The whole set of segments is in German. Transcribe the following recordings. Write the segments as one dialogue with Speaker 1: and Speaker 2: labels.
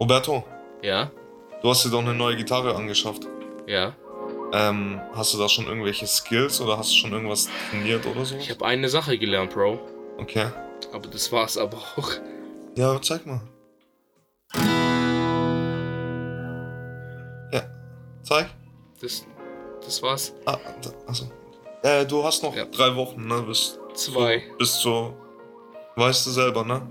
Speaker 1: Roberto,
Speaker 2: Ja,
Speaker 1: du hast dir doch eine neue Gitarre angeschafft.
Speaker 2: ja.
Speaker 1: Ähm, hast du da schon irgendwelche Skills oder hast du schon irgendwas trainiert oder so?
Speaker 2: Ich habe eine Sache gelernt, Bro.
Speaker 1: Okay.
Speaker 2: Aber das war's aber auch.
Speaker 1: Ja, zeig mal. Ja, zeig.
Speaker 2: Das, das war's.
Speaker 1: Ah, da, achso. Äh, du hast noch
Speaker 2: Ja.
Speaker 1: drei Wochen, ne? Bis,
Speaker 2: Zwei.
Speaker 1: bis zur. Weißt du selber, ne?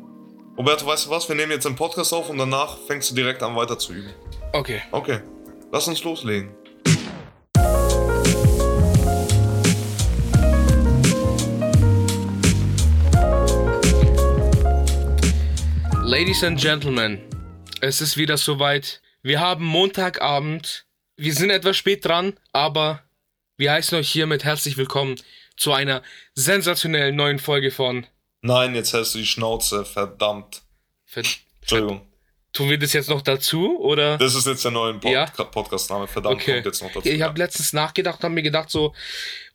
Speaker 1: Roberto, weißt du was? Wir nehmen jetzt den Podcast auf und danach fängst du direkt an weiter zu üben.
Speaker 2: Okay.
Speaker 1: Okay, lass uns loslegen.
Speaker 2: Ladies and Gentlemen, es ist wieder soweit. Wir haben Montagabend. Wir sind etwas spät dran, aber wir heißen euch hiermit herzlich willkommen zu einer sensationellen neuen Folge von.
Speaker 1: Nein, jetzt hältst du die Schnauze, verdammt.
Speaker 2: Ver
Speaker 1: Entschuldigung.
Speaker 2: Tun wir das jetzt noch dazu oder?
Speaker 1: Das ist jetzt der neue Pod
Speaker 2: Ja.
Speaker 1: Podcast-Name, verdammt,
Speaker 2: Okay.
Speaker 1: kommt jetzt noch dazu.
Speaker 2: Ich habe letztens nachgedacht, habe mir gedacht so,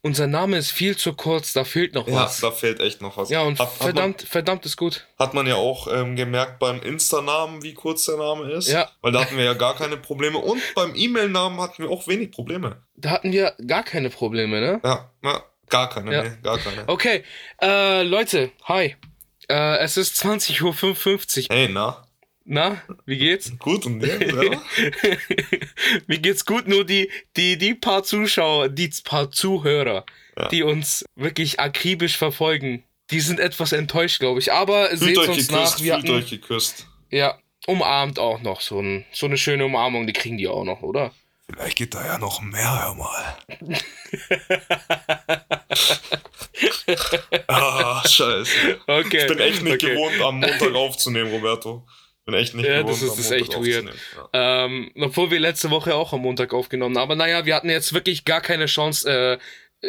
Speaker 2: unser Name ist viel zu kurz, da fehlt noch
Speaker 1: ja,
Speaker 2: was.
Speaker 1: da fehlt echt noch was.
Speaker 2: Ja und
Speaker 1: Hat- hat man-
Speaker 2: verdammt, verdammt ist gut.
Speaker 1: Hat man ja auch ähm, gemerkt beim Insta-Namen, wie kurz der Name ist.
Speaker 2: Ja.
Speaker 1: Weil da hatten wir ja gar keine Probleme. Und beim E-Mail-Namen hatten wir auch wenig Probleme.
Speaker 2: Da hatten wir gar keine Probleme, ne?
Speaker 1: Ja, ja gar keine,
Speaker 2: Ja.
Speaker 1: nee, gar keine.
Speaker 2: Okay, äh, Leute, hi. Äh, es ist 20.55 Uhr.
Speaker 1: Hey, na?
Speaker 2: Na, wie geht's?
Speaker 1: Gut und dir? selber?
Speaker 2: Mir geht's gut, nur die, die, die paar Zuschauer, die paar Zuhörer,
Speaker 1: Ja.
Speaker 2: die uns wirklich akribisch verfolgen, die sind etwas enttäuscht, glaube ich. Aber seht
Speaker 1: fühlt euch
Speaker 2: uns nach.
Speaker 1: geküsst,
Speaker 2: Wir
Speaker 1: fühlt
Speaker 2: hatten,
Speaker 1: euch geküsst.
Speaker 2: ja, umarmt auch noch. So, ein, so eine schöne Umarmung, die kriegen die auch noch, oder?
Speaker 1: Vielleicht geht da ja noch mehr, hör mal. ah, scheiße.
Speaker 2: Okay.
Speaker 1: Ich bin echt nicht
Speaker 2: okay.
Speaker 1: gewohnt, am Montag aufzunehmen, Roberto. Ich bin echt nicht
Speaker 2: Ja,
Speaker 1: gewohnt,
Speaker 2: das ist-
Speaker 1: am
Speaker 2: das ist
Speaker 1: Montag
Speaker 2: echt weird.
Speaker 1: aufzunehmen. Ja.
Speaker 2: Ähm, obwohl wir letzte Woche auch am Montag aufgenommen haben. Aber naja, wir hatten jetzt wirklich gar keine Chance, äh,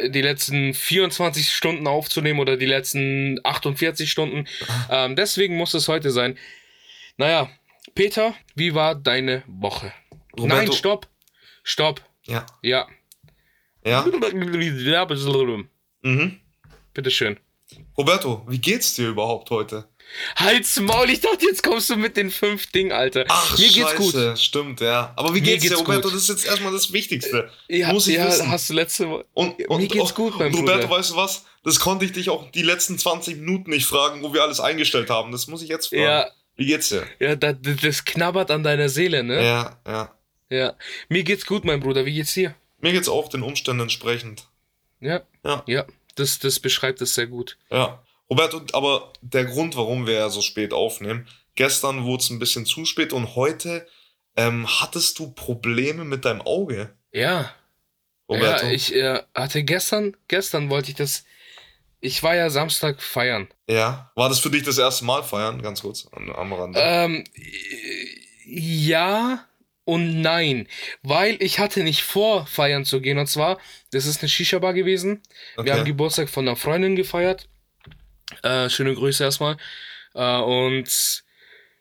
Speaker 2: die letzten 24 Stunden aufzunehmen oder die letzten 48 Stunden.
Speaker 1: Ah.
Speaker 2: Ähm, deswegen muss es heute sein. Naja, Peter, wie war deine Woche?
Speaker 1: Roberto-
Speaker 2: Nein, stopp. Stopp.
Speaker 1: Ja.
Speaker 2: Ja.
Speaker 1: Ja? Mhm.
Speaker 2: Bitteschön.
Speaker 1: Roberto, wie geht's dir überhaupt heute?
Speaker 2: Halt's Maul, ich dachte, jetzt kommst du mit den fünf Ding, Alter.
Speaker 1: Ach,
Speaker 2: Mir
Speaker 1: scheiße.
Speaker 2: geht's gut.
Speaker 1: Stimmt, ja. Aber wie
Speaker 2: Mir
Speaker 1: geht's, dir,
Speaker 2: geht's
Speaker 1: Roberto?
Speaker 2: gut.
Speaker 1: Das ist jetzt erstmal das Wichtigste.
Speaker 2: Ja,
Speaker 1: Muss ich
Speaker 2: ja
Speaker 1: wissen.
Speaker 2: hast du letzte Woche.
Speaker 1: Und, und,
Speaker 2: Mir geht's
Speaker 1: oh,
Speaker 2: gut, mein
Speaker 1: Roberto,
Speaker 2: Bruder.
Speaker 1: weißt du was? Das konnte ich dich auch die letzten 20 Minuten nicht fragen, wo wir alles eingestellt haben. Das muss ich jetzt fragen.
Speaker 2: Ja,
Speaker 1: Wie geht's dir?
Speaker 2: Ja, da, d- das knabbert an deiner Seele, ne?
Speaker 1: Ja, ja.
Speaker 2: Ja. Mir geht's gut, mein Bruder. Wie geht's dir?
Speaker 1: Mir geht's auch den Umständen entsprechend.
Speaker 2: Ja.
Speaker 1: Ja.
Speaker 2: Ja. Das, das beschreibt es sehr gut.
Speaker 1: Ja. Roberto, aber der Grund, warum wir ja so spät aufnehmen, gestern wurde es ein bisschen zu spät und heute ähm, hattest du Probleme mit deinem Auge,
Speaker 2: Ja.
Speaker 1: Roberto.
Speaker 2: Ja, ich äh, hatte gestern, gestern wollte ich das. Ich war ja Samstag feiern.
Speaker 1: Ja. War das für dich das erste Mal feiern? Ganz kurz an, am Rande.
Speaker 2: Ähm, äh, ja und nein. Weil ich hatte nicht vor, feiern zu gehen. Und zwar, das ist eine Shisha-Bar gewesen. Wir haben Geburtstag von einer Freundin gefeiert. Äh, schöne Grüße erstmal. Äh, und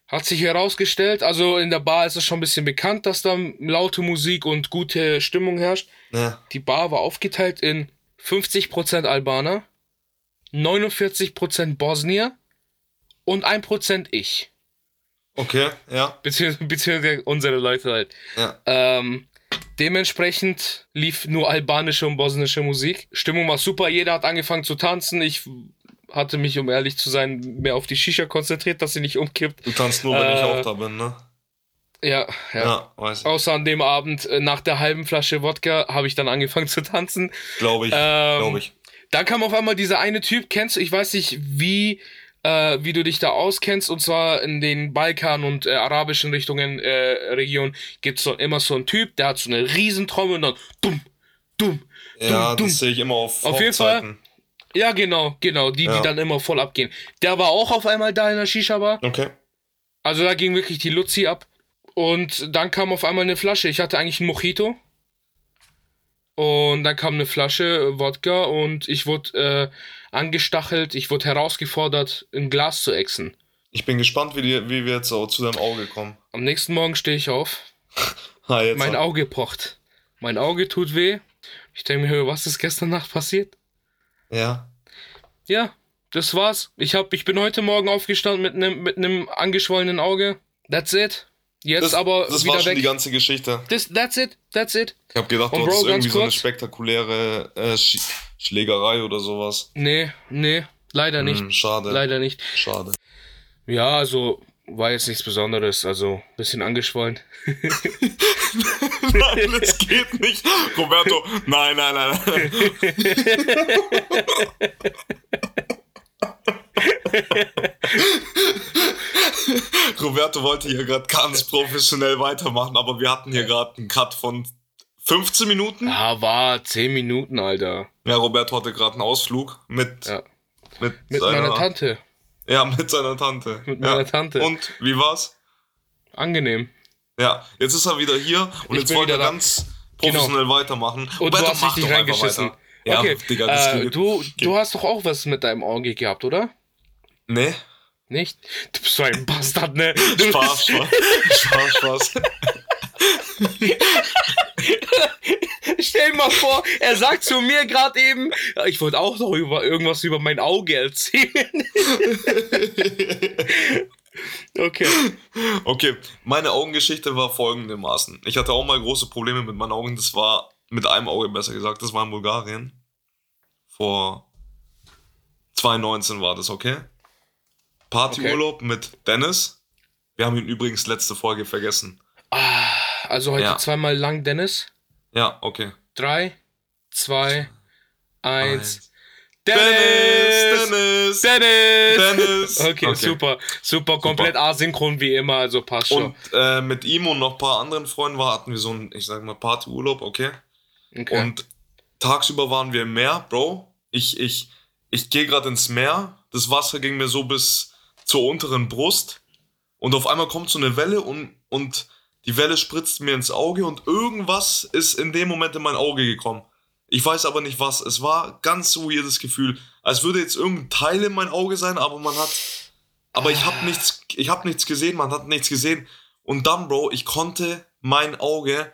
Speaker 2: hat sich herausgestellt, also in der Bar ist es schon ein bisschen bekannt, dass da laute Musik und gute Stimmung herrscht.
Speaker 1: ja.
Speaker 2: Die Bar war aufgeteilt in 50% Albaner, 49% Bosnier und 1% ich.
Speaker 1: Okay, ja.
Speaker 2: Beziehungsweise, beziehungsweise unsere Leute halt.
Speaker 1: Ja.
Speaker 2: Ähm, dementsprechend lief nur albanische und bosnische Musik. Stimmung war super, jeder hat angefangen zu tanzen. Ich hatte mich, um ehrlich zu sein, mehr auf die Shisha konzentriert, dass sie nicht umkippt.
Speaker 1: Du tanzt nur, wenn ich
Speaker 2: Äh,
Speaker 1: auch da bin, ne?
Speaker 2: Ja, ja. Oh,
Speaker 1: Ja, weiß ich.
Speaker 2: Außer an dem Abend äh, nach der halben Flasche Wodka habe ich dann angefangen zu tanzen.
Speaker 1: Glaube ich.
Speaker 2: Ähm,
Speaker 1: Glaube ich.
Speaker 2: Dann kam auf einmal dieser eine Typ, kennst du, ich weiß nicht, wie, äh, wie du dich da auskennst, und zwar in den Balkan und äh, arabischen Richtungen, äh, Region, gibt's so, immer so einen Typ, der hat so eine Riesentrommel und dann dumm, dumm,
Speaker 1: Ja,
Speaker 2: dumm.
Speaker 1: das sehe ich immer auf
Speaker 2: Auf jeden Fall.
Speaker 1: Hochzeiten.
Speaker 2: Ja, genau, genau, die,
Speaker 1: Ja.
Speaker 2: die dann immer voll abgehen. Der war auch auf einmal da in der Shisha-Bar.
Speaker 1: Okay.
Speaker 2: Also da ging wirklich die Luzi ab. Und dann kam auf einmal eine Flasche. Ich hatte eigentlich einen Mojito. Und dann kam eine Flasche äh, Wodka und ich wurde äh, angestachelt, ich wurde herausgefordert, ein Glas zu ächzen.
Speaker 1: Ich bin gespannt, wie, die, wie wir jetzt so zu deinem Auge kommen.
Speaker 2: Am nächsten Morgen stehe ich auf,
Speaker 1: Ha, jetzt
Speaker 2: mein
Speaker 1: hat-
Speaker 2: Auge pocht. Mein Auge tut weh. Ich denke mir, was ist gestern Nacht passiert?
Speaker 1: Ja.
Speaker 2: Ja, das war's. Ich hab, ich bin heute Morgen aufgestanden mit einem mit nem angeschwollenen Auge. That's it. Jetzt
Speaker 1: das,
Speaker 2: aber
Speaker 1: Das
Speaker 2: wieder
Speaker 1: war schon
Speaker 2: weg.
Speaker 1: die ganze Geschichte.
Speaker 2: This, that's it, that's it.
Speaker 1: Ich habe gedacht,
Speaker 2: Und
Speaker 1: du hattest
Speaker 2: Bro, ganz
Speaker 1: irgendwie so eine
Speaker 2: kurz.
Speaker 1: spektakuläre äh, Sch Schlägerei oder sowas.
Speaker 2: Nee, nee, leider nicht.
Speaker 1: Hm, schade.
Speaker 2: Leider nicht.
Speaker 1: Schade.
Speaker 2: Ja, also war jetzt nichts Besonderes, also bisschen angeschwollen.
Speaker 1: Nein, es geht nicht. Roberto, nein, nein, nein. nein. Roberto wollte hier gerade ganz professionell weitermachen, aber wir hatten hier gerade einen Cut von 15 Minuten.
Speaker 2: Ah, war 10 Minuten, Alter.
Speaker 1: Ja, Roberto hatte gerade einen Ausflug mit,
Speaker 2: Ja.
Speaker 1: mit,
Speaker 2: Mit
Speaker 1: seiner,
Speaker 2: meiner Tante.
Speaker 1: Ja, mit seiner Tante.
Speaker 2: Mit
Speaker 1: ja.
Speaker 2: meiner Tante.
Speaker 1: Und wie war's?
Speaker 2: Angenehm.
Speaker 1: Ja, jetzt ist er wieder hier und
Speaker 2: Ich
Speaker 1: jetzt
Speaker 2: bin
Speaker 1: wollte er
Speaker 2: wieder da. Genau.
Speaker 1: ganz professionell weitermachen.
Speaker 2: Und du
Speaker 1: Roberto,
Speaker 2: hast richtig
Speaker 1: doch einfach
Speaker 2: reingeschissen.
Speaker 1: weiter. Ja,
Speaker 2: okay,
Speaker 1: Digga, das
Speaker 2: äh,
Speaker 1: geht-
Speaker 2: du,
Speaker 1: geht.
Speaker 2: du hast doch auch was mit deinem Auge gehabt, oder?
Speaker 1: Nee,
Speaker 2: Nicht? Du bist so ein Bastard, ne? Du
Speaker 1: Spaß,
Speaker 2: bist-
Speaker 1: Spaß. Spaß, Spaß.
Speaker 2: Stell dir mal vor, er sagt zu mir gerade eben, ja, ich wollte auch noch über irgendwas über mein Auge erzählen. okay.
Speaker 1: Okay, meine Augengeschichte war folgendermaßen. Ich hatte auch mal große Probleme mit meinen Augen. Das war mit einem Auge besser gesagt. Das war in Bulgarien. Vor 2019 war das, okay? Partyurlaub mit Dennis. Wir haben ihn übrigens letzte Folge vergessen.
Speaker 2: Ah, also heute
Speaker 1: Ja.
Speaker 2: zweimal lang, Dennis.
Speaker 1: Ja, okay.
Speaker 2: Drei, zwei,
Speaker 1: Eins.
Speaker 2: eins.
Speaker 1: Dennis!
Speaker 2: Dennis! Dennis!
Speaker 1: Dennis!
Speaker 2: Okay, super, super, komplett asynchron wie immer, also passt schon.
Speaker 1: Und äh, mit ihm und noch ein paar anderen Freunden war, hatten wir so einen, ich sag mal, Partyurlaub, okay?
Speaker 2: Okay.
Speaker 1: Und tagsüber waren wir im Meer, Bro. Ich, ich, ich gehe gerade ins Meer. Das Wasser ging mir so bis zur unteren Brust. Und auf einmal kommt so eine Welle und, und die Welle spritzt mir ins Auge und irgendwas ist in dem Moment in mein Auge gekommen. Ich weiß aber nicht was. Es war ganz so weirdes Gefühl. Als würde jetzt irgendein Teil in mein Auge sein, aber man hat. Aber ich
Speaker 2: Ah.
Speaker 1: habe nichts, ich hab nichts gesehen, man hat nichts gesehen. Und dann, Bro, ich konnte mein Auge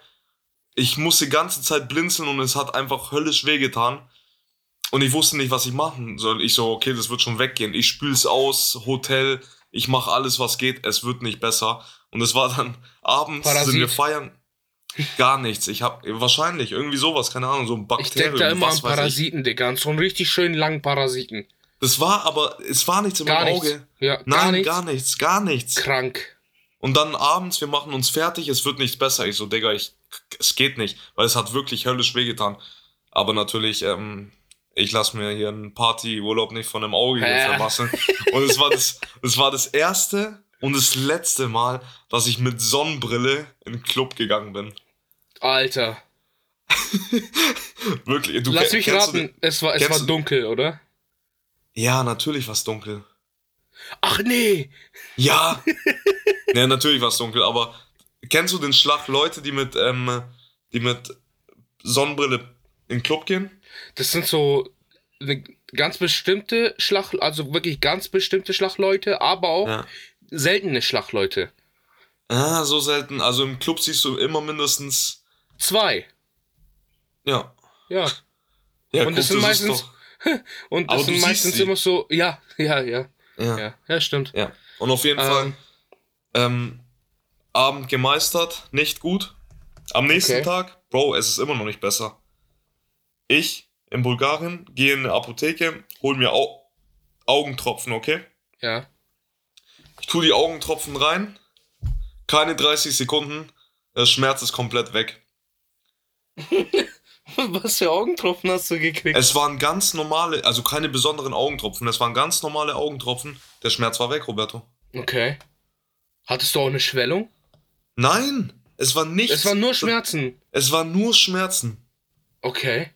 Speaker 1: ich musste die ganze Zeit blinzeln und es hat einfach höllisch wehgetan. Und ich wusste nicht, was ich machen soll. Ich so, okay, das wird schon weggehen. Ich spül's aus, Hotel, ich mache alles, was geht. Es wird nicht besser. Und es war dann abends,
Speaker 2: Parasit.
Speaker 1: sind wir feiern. Gar nichts. Ich habe wahrscheinlich irgendwie sowas, keine Ahnung, so ein
Speaker 2: Ich
Speaker 1: Bakterium.
Speaker 2: denke da immer an
Speaker 1: was weiß ich.
Speaker 2: Parasiten, Digga, an so einen richtig schönen langen Parasiten.
Speaker 1: Das war aber, es war nichts in
Speaker 2: Gar
Speaker 1: meinem
Speaker 2: nichts.
Speaker 1: Auge.
Speaker 2: Ja,
Speaker 1: Nein,
Speaker 2: gar nichts.
Speaker 1: gar nichts, gar nichts.
Speaker 2: Krank.
Speaker 1: Und dann abends, wir machen uns fertig, es wird nichts besser. Ich so, Digga, ich, es geht nicht, weil es hat wirklich höllisch wehgetan. Aber natürlich, ähm, ich lasse mir hier einen Partyurlaub nicht von dem Auge hier
Speaker 2: Ja.
Speaker 1: vermasseln. Und es war das, es war das erste und das letzte Mal, dass ich mit Sonnenbrille in den Club gegangen bin.
Speaker 2: Alter.
Speaker 1: Wirklich. Du
Speaker 2: Lass
Speaker 1: ke-
Speaker 2: mich
Speaker 1: kennst du den-
Speaker 2: raten, es war, es
Speaker 1: kennst
Speaker 2: war
Speaker 1: du-
Speaker 2: dunkel, oder?
Speaker 1: Ja, natürlich war es dunkel.
Speaker 2: Ach nee!
Speaker 1: Ja. ja, natürlich war es dunkel, aber kennst du den Schlag Leute, die mit, ähm, die mit Sonnenbrille in den Club gehen?
Speaker 2: Das sind so eine ganz bestimmte Schlag, also wirklich ganz bestimmte Schlagleute, aber auch
Speaker 1: Ja.
Speaker 2: seltene Schlagleute.
Speaker 1: Ah, so selten. Also im Club siehst du immer mindestens.
Speaker 2: Zwei.
Speaker 1: Ja.
Speaker 2: Ja.
Speaker 1: Ja,
Speaker 2: Und das sind
Speaker 1: ist
Speaker 2: meistens-
Speaker 1: doch-
Speaker 2: Und
Speaker 1: Aber
Speaker 2: das
Speaker 1: du
Speaker 2: sind
Speaker 1: siehst
Speaker 2: meistens
Speaker 1: sie.
Speaker 2: immer so, ja, ja, ja,
Speaker 1: Ja. ja.
Speaker 2: ja, ja, stimmt.
Speaker 1: Und auf jeden
Speaker 2: Ähm.
Speaker 1: Fall. Ähm, Abend gemeistert, nicht gut. Am nächsten
Speaker 2: Okay.
Speaker 1: Tag, Bro, es ist immer noch nicht besser. Ich in Bulgarien gehe in eine Apotheke, hol mir Au Augentropfen, okay?
Speaker 2: Ja.
Speaker 1: Ich tue die Augentropfen rein. Keine 30 Sekunden. Der Schmerz ist komplett weg.
Speaker 2: Was für Augentropfen hast du gekriegt?
Speaker 1: Es waren ganz normale, also keine besonderen Augentropfen. Es waren ganz normale Augentropfen. Der Schmerz war weg, Roberto.
Speaker 2: Okay. Hattest du auch eine Schwellung?
Speaker 1: Nein, es war nichts.
Speaker 2: Es waren nur Schmerzen.
Speaker 1: Es waren nur Schmerzen.
Speaker 2: Okay.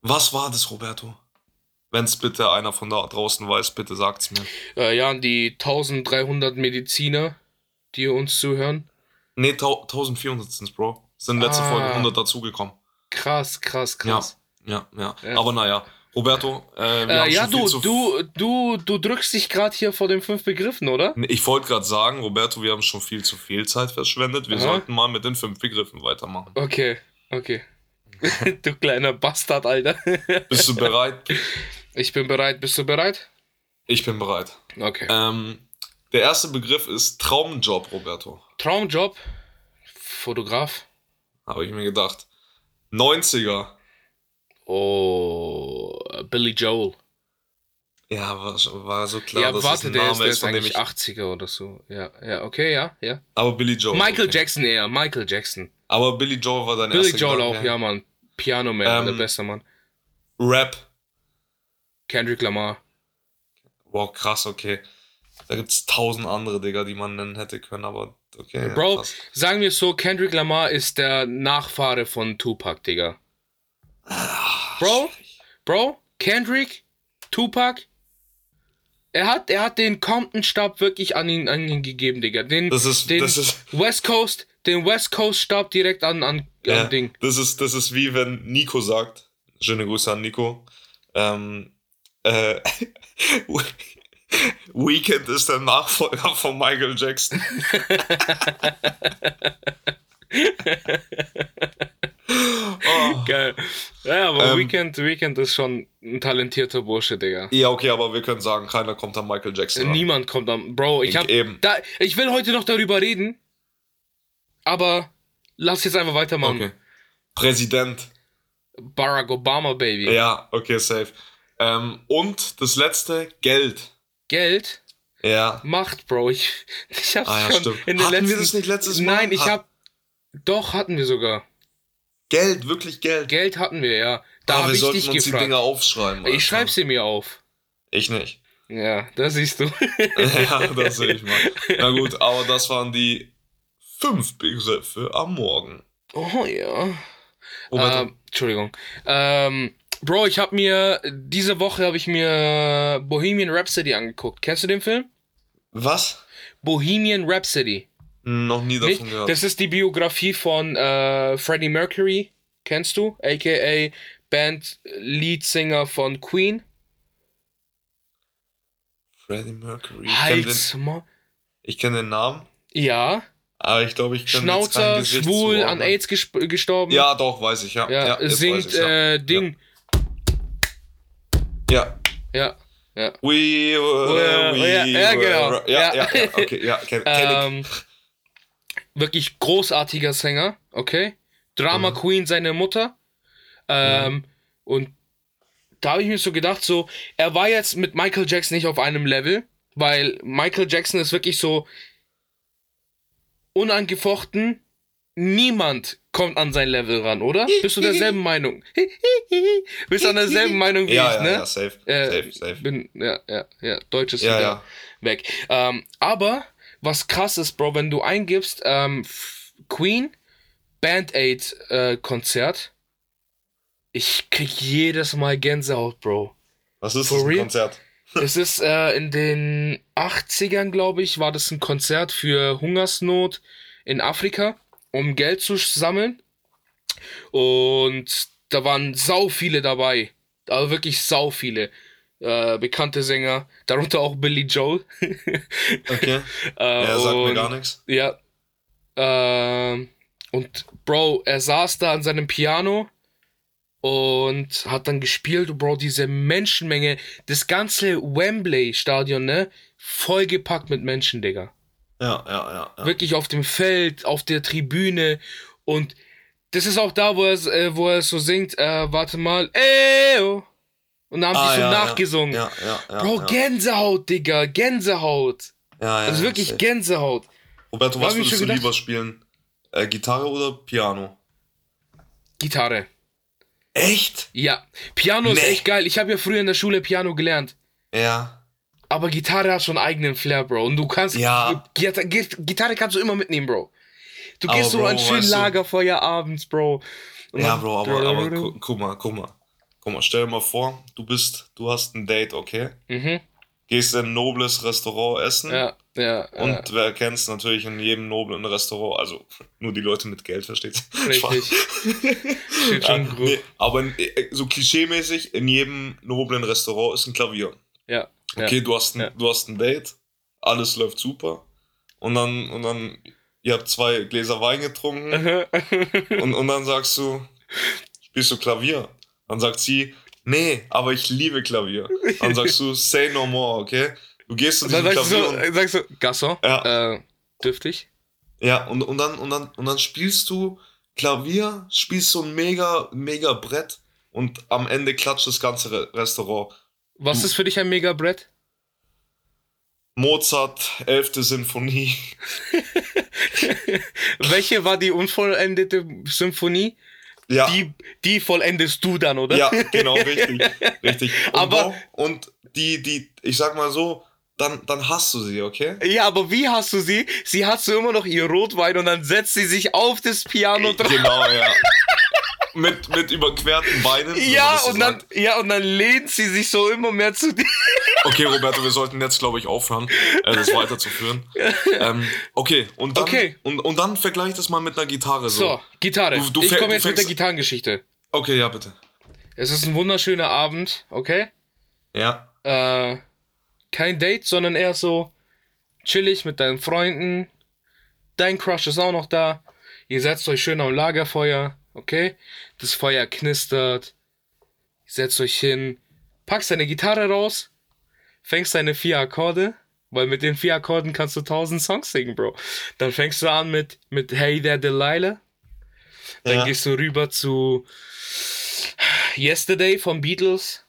Speaker 1: Was war das, Roberto? Wenn's bitte einer von da draußen weiß, bitte sagt's mir.
Speaker 2: Äh, ja, an die 1300 Mediziner, die uns zuhören.
Speaker 1: Nee, tau- 1400 sind's, Bro. Sind letzte
Speaker 2: Ah.
Speaker 1: Folge 100 dazugekommen.
Speaker 2: Krass, krass, krass.
Speaker 1: Ja, ja.
Speaker 2: Ja.
Speaker 1: Aber naja, Roberto, äh, wir haben
Speaker 2: äh, ja,
Speaker 1: schon viel
Speaker 2: du,
Speaker 1: zu...
Speaker 2: du, du, du drückst dich gerade hier vor den fünf Begriffen, oder?
Speaker 1: Nee, Ich wollte gerade sagen, Roberto, wir haben schon viel zu viel Zeit verschwendet. Wir
Speaker 2: Aha.
Speaker 1: sollten mal mit den fünf Begriffen weitermachen.
Speaker 2: Okay, okay. du kleiner Bastard, Alter.
Speaker 1: Bist du bereit?
Speaker 2: Ich bin bereit. Bist du bereit?
Speaker 1: Ich bin bereit.
Speaker 2: Okay.
Speaker 1: Ähm, der erste Begriff ist Traumjob, Roberto.
Speaker 2: Traumjob, Fotograf.
Speaker 1: Habe ich mir gedacht. 90er.
Speaker 2: Oh, Billy Joel.
Speaker 1: Ja, war, war so klar,
Speaker 2: ja,
Speaker 1: dass
Speaker 2: warte,
Speaker 1: es ein
Speaker 2: der
Speaker 1: Name
Speaker 2: ist, der
Speaker 1: ist,
Speaker 2: ist
Speaker 1: von dem
Speaker 2: eigentlich
Speaker 1: ich.
Speaker 2: 80er oder so. Ja, ja, okay, ja, ja.
Speaker 1: Aber Billy Joel.
Speaker 2: Michael
Speaker 1: okay.
Speaker 2: Jackson eher, Michael Jackson.
Speaker 1: Aber Billy Joel war dein
Speaker 2: Billy
Speaker 1: erster
Speaker 2: Joel
Speaker 1: Gedanke.
Speaker 2: auch, ja, Mann. Piano Man,
Speaker 1: Ähm,
Speaker 2: der beste Mann.
Speaker 1: Rap.
Speaker 2: Kendrick Lamar.
Speaker 1: Wow, krass, okay. Da gibt's tausend andere, Digga, die man nennen hätte können, aber okay. ja,
Speaker 2: Bro,
Speaker 1: passt.
Speaker 2: sagen wir es so, Kendrick Lamar ist der Nachfahre von Tupac, Digga. Bro, Bro, Kendrick, Tupac. Er hat, er hat den Compton-Stab wirklich an ihn, an ihn gegeben, Digga. Den,
Speaker 1: Das ist,
Speaker 2: den
Speaker 1: das ist,
Speaker 2: West Coast, den West Coast-Stab direkt an, an,
Speaker 1: ja,
Speaker 2: an Ding.
Speaker 1: das ist, das ist wie wenn Nico sagt, schöne Grüße an Nico, ähm, äh, Weekend ist der Nachfolger von Michael Jackson. oh.
Speaker 2: Geil. Ja, aber
Speaker 1: Ähm,
Speaker 2: Weekend, Weekend ist schon ein talentierter Bursche, Digga.
Speaker 1: Ja, okay, aber wir können sagen, keiner kommt an Michael Jackson. ran.
Speaker 2: Niemand kommt am. Bro, ich hab.
Speaker 1: Eben.
Speaker 2: Da, ich will heute noch darüber reden. Aber lass jetzt einfach weitermachen.
Speaker 1: Okay. Präsident.
Speaker 2: Barack Obama, Baby.
Speaker 1: Ja, okay, safe. Ähm, und das letzte, Geld.
Speaker 2: Geld
Speaker 1: Ja.
Speaker 2: macht, Bro. Ich, ich hab's
Speaker 1: Ah ja,
Speaker 2: schon
Speaker 1: stimmt.
Speaker 2: in den
Speaker 1: Hatten wir
Speaker 2: letzten.
Speaker 1: das nicht letztes Mal?
Speaker 2: Nein, ich
Speaker 1: Ha-
Speaker 2: hab. Doch, hatten wir sogar.
Speaker 1: Geld, wirklich Geld.
Speaker 2: Geld hatten wir, ja. Da
Speaker 1: Ah,
Speaker 2: hab
Speaker 1: wir
Speaker 2: ich
Speaker 1: sollten
Speaker 2: dich
Speaker 1: uns die Dinger
Speaker 2: gefragt.
Speaker 1: aufschreiben. Alter.
Speaker 2: Ich schreib sie mir auf.
Speaker 1: Ich nicht.
Speaker 2: Ja, da siehst du.
Speaker 1: ja, das sehe ich mal. Na gut, aber das waren die fünf Begriffe am Morgen.
Speaker 2: Oh ja.
Speaker 1: Oh, warte.
Speaker 2: ähm, Entschuldigung. Ähm, Bro, ich habe mir diese Woche habe ich mir Bohemian Rhapsody angeguckt. Kennst du den Film?
Speaker 1: Was?
Speaker 2: Bohemian Rhapsody.
Speaker 1: Hm, Noch nie davon
Speaker 2: Nicht?
Speaker 1: gehört.
Speaker 2: Das ist die Biografie von äh, Freddie Mercury. Kennst du? AKA Band Leadsinger von Queen.
Speaker 1: Freddie Mercury. Ich kenne den,
Speaker 2: Hals. Ma-
Speaker 1: ich kenn den Namen,
Speaker 2: Ja.
Speaker 1: aber ich glaube, ich kenne jetzt kein
Speaker 2: Schnauzer,
Speaker 1: Gesicht
Speaker 2: schwul, an
Speaker 1: zuordnen.
Speaker 2: AIDS gesp- gestorben.
Speaker 1: Ja, doch, weiß ich, ja.
Speaker 2: Ja,
Speaker 1: ja, jetzt
Speaker 2: singt
Speaker 1: weiß ich's, ja.
Speaker 2: äh, Ding.
Speaker 1: ja,
Speaker 2: Ja.
Speaker 1: We were,
Speaker 2: Were-
Speaker 1: we
Speaker 2: ja, ja, genau.
Speaker 1: were, ja, ja,
Speaker 2: Ja.
Speaker 1: ja, okay, ja, kenn, kenn
Speaker 2: Ähm, wirklich großartiger Sänger, okay? Drama
Speaker 1: Mhm.
Speaker 2: Queen, seine Mutter. Ähm, Und da habe ich mir so gedacht, so, er war jetzt mit Michael Jackson nicht auf einem Level, weil Michael Jackson ist wirklich so unangefochten. Niemand kommt an sein Level ran, oder? Bist du derselben Meinung? Bist du an derselben Meinung wie
Speaker 1: ich. Ja,
Speaker 2: ich,
Speaker 1: ja,
Speaker 2: ne?
Speaker 1: ja, safe,
Speaker 2: Äh,
Speaker 1: safe, safe.
Speaker 2: Bin, ja, ja, ja, Deutsch ist
Speaker 1: Ja,
Speaker 2: wieder
Speaker 1: ja.
Speaker 2: weg. Ähm, aber was krass ist, Bro, wenn du eingibst, ähm, F- Queen Band Aid äh, Konzert, ich krieg jedes Mal Gänsehaut, Bro.
Speaker 1: Was ist
Speaker 2: For
Speaker 1: das, ein
Speaker 2: real?
Speaker 1: Konzert?
Speaker 2: Das ist äh, in den 80ern, glaube ich, war das ein Konzert für Hungersnot in Afrika, um Geld zu sammeln. Und da waren sau viele dabei. Aber wirklich sau viele. Äh, bekannte Sänger, darunter auch Billy Joel.
Speaker 1: Okay,
Speaker 2: Äh,
Speaker 1: ja, sagt mir
Speaker 2: und-
Speaker 1: gar nichts.
Speaker 2: ja. Ähm, und Bro, er saß da an seinem Piano und hat dann gespielt. Und Bro, diese Menschenmenge, das ganze Wembley-Stadion, ne? Vollgepackt mit Menschen, Digga.
Speaker 1: Ja, ja, ja. ja.
Speaker 2: Wirklich auf dem Feld, auf der Tribüne. Und das ist auch da, wo er, äh, wo er so singt, äh, warte mal, Eyo. Und da haben
Speaker 1: Ah,
Speaker 2: die so
Speaker 1: ja, ja.
Speaker 2: nachgesungen.
Speaker 1: Ja, ja, ja.
Speaker 2: Bro,
Speaker 1: ja.
Speaker 2: Gänsehaut, Digga, Gänsehaut.
Speaker 1: Ja, ja,
Speaker 2: Also
Speaker 1: ja,
Speaker 2: wirklich
Speaker 1: safe.
Speaker 2: Gänsehaut.
Speaker 1: Roberto,
Speaker 2: Da
Speaker 1: was
Speaker 2: hab ich
Speaker 1: würdest du
Speaker 2: schon gedacht-
Speaker 1: lieber spielen? Äh, Gitarre oder Piano?
Speaker 2: Gitarre.
Speaker 1: Echt?
Speaker 2: Ja, Piano ist
Speaker 1: Nee.
Speaker 2: echt geil. Ich habe ja früher in der Schule Piano gelernt.
Speaker 1: Ja.
Speaker 2: Aber Gitarre hat schon eigenen Flair, Bro. Und du kannst.
Speaker 1: Ja.
Speaker 2: Gitarre, Gitarre kannst du immer mitnehmen, Bro. Du
Speaker 1: Aber,
Speaker 2: gehst so
Speaker 1: Bro,
Speaker 2: an schönen
Speaker 1: weißt du-
Speaker 2: Lagerfeuer abends, Bro. Und
Speaker 1: Ja,
Speaker 2: dann-
Speaker 1: Bro, aber, aber gu guck mal, guck mal. Guck mal, stell dir mal vor, du bist, du hast ein Date, okay?
Speaker 2: Mhm.
Speaker 1: Gehst in ein nobles Restaurant essen.
Speaker 2: Ja, ja.
Speaker 1: Und
Speaker 2: ja,
Speaker 1: wer kennt's natürlich in jedem noblen Restaurant, also nur die Leute mit Geld, versteht's?
Speaker 2: richtig.
Speaker 1: Spaß.
Speaker 2: Steht schon
Speaker 1: Ja,
Speaker 2: grob.
Speaker 1: nee, aber in, äh, so klischeemäßig, in jedem noblen Restaurant ist ein Klavier.
Speaker 2: Ja. ja.
Speaker 1: Okay, du, hast ein,
Speaker 2: Ja.
Speaker 1: du hast ein Date, alles läuft super. Und dann, und dann, ihr habt zwei Gläser Wein getrunken und, und dann sagst du, spielst du Klavier? Dann sagt sie, nee, aber ich liebe Klavier. Dann sagst du, say no more, okay? Du gehst zu
Speaker 2: Und dann
Speaker 1: diesem
Speaker 2: sagst du, äh,
Speaker 1: Klavier
Speaker 2: so, sagst du Gasson,
Speaker 1: Ja.
Speaker 2: äh, dürftig.
Speaker 1: Ja, und, und, dann, und, dann, und dann spielst du Klavier, spielst so ein mega, mega Brett und am Ende klatscht das ganze Re Restaurant.
Speaker 2: Was ist für dich ein mega Brett?
Speaker 1: Mozart, 11. Sinfonie.
Speaker 2: Welche war die unvollendete Symphonie?
Speaker 1: Ja.
Speaker 2: Die, die vollendest du dann, oder?
Speaker 1: Ja, genau, richtig. richtig. Und
Speaker 2: Aber-
Speaker 1: wo- und die, die, ich sag mal so, dann, dann hast du sie, okay?
Speaker 2: Ja, aber wie hast du sie? Sie hat so immer noch ihr Rotwein und dann setzt sie sich auf das Piano drauf.
Speaker 1: Genau, ja. mit, mit überquerten Beinen. wenn man
Speaker 2: Ja
Speaker 1: das so
Speaker 2: und, dann,
Speaker 1: sagt.
Speaker 2: ja, und dann lehnt sie sich so immer mehr zu dir.
Speaker 1: Okay, Roberto, wir sollten jetzt, glaube ich, aufhören, äh, das weiterzuführen. ähm, okay, und dann,
Speaker 2: Okay.
Speaker 1: Und, und dann vergleich das mal mit einer Gitarre so.
Speaker 2: So, Gitarre.
Speaker 1: Du- du
Speaker 2: ich
Speaker 1: fäng-
Speaker 2: komme
Speaker 1: du
Speaker 2: jetzt mit der
Speaker 1: fängst-
Speaker 2: Gitarrengeschichte.
Speaker 1: Okay, ja, bitte.
Speaker 2: Es ist ein wunderschöner Abend, okay?
Speaker 1: Ja.
Speaker 2: äh, kein Date, sondern eher so chillig mit deinen Freunden. Dein Crush ist auch noch da. Ihr setzt euch schön am Lagerfeuer, okay? Das Feuer knistert. Ihr setzt euch hin, packst deine Gitarre raus, fängst deine vier Akkorde, weil mit den vier Akkorden kannst du tausend Songs singen, Bro. Dann fängst du an mit, mit Hey There Delilah. Dann
Speaker 1: ja.
Speaker 2: gehst du rüber zu Yesterday von Beatles.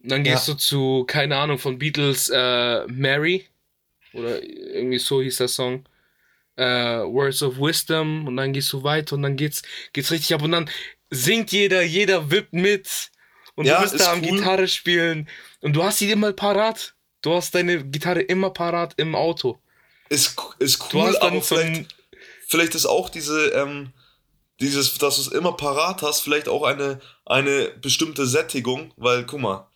Speaker 2: Dann gehst
Speaker 1: Ja.
Speaker 2: du zu, keine Ahnung, von Beatles äh, Mary. Oder irgendwie so hieß der Song. Äh, Words of Wisdom. Und dann gehst du weiter und dann geht's, geht's richtig ab. Und dann singt jeder, jeder wippt mit. Und
Speaker 1: Ja,
Speaker 2: du bist
Speaker 1: ist
Speaker 2: da am
Speaker 1: cool.
Speaker 2: Gitarre spielen. Und du hast sie immer parat. Du hast deine Gitarre immer parat im Auto.
Speaker 1: Ist, co- ist
Speaker 2: Du
Speaker 1: cool,
Speaker 2: hast dann
Speaker 1: aber
Speaker 2: so
Speaker 1: vielleicht,
Speaker 2: ein.
Speaker 1: vielleicht ist auch diese, ähm, dieses, dass du es immer parat hast, vielleicht auch eine, eine bestimmte Sättigung, weil, guck mal,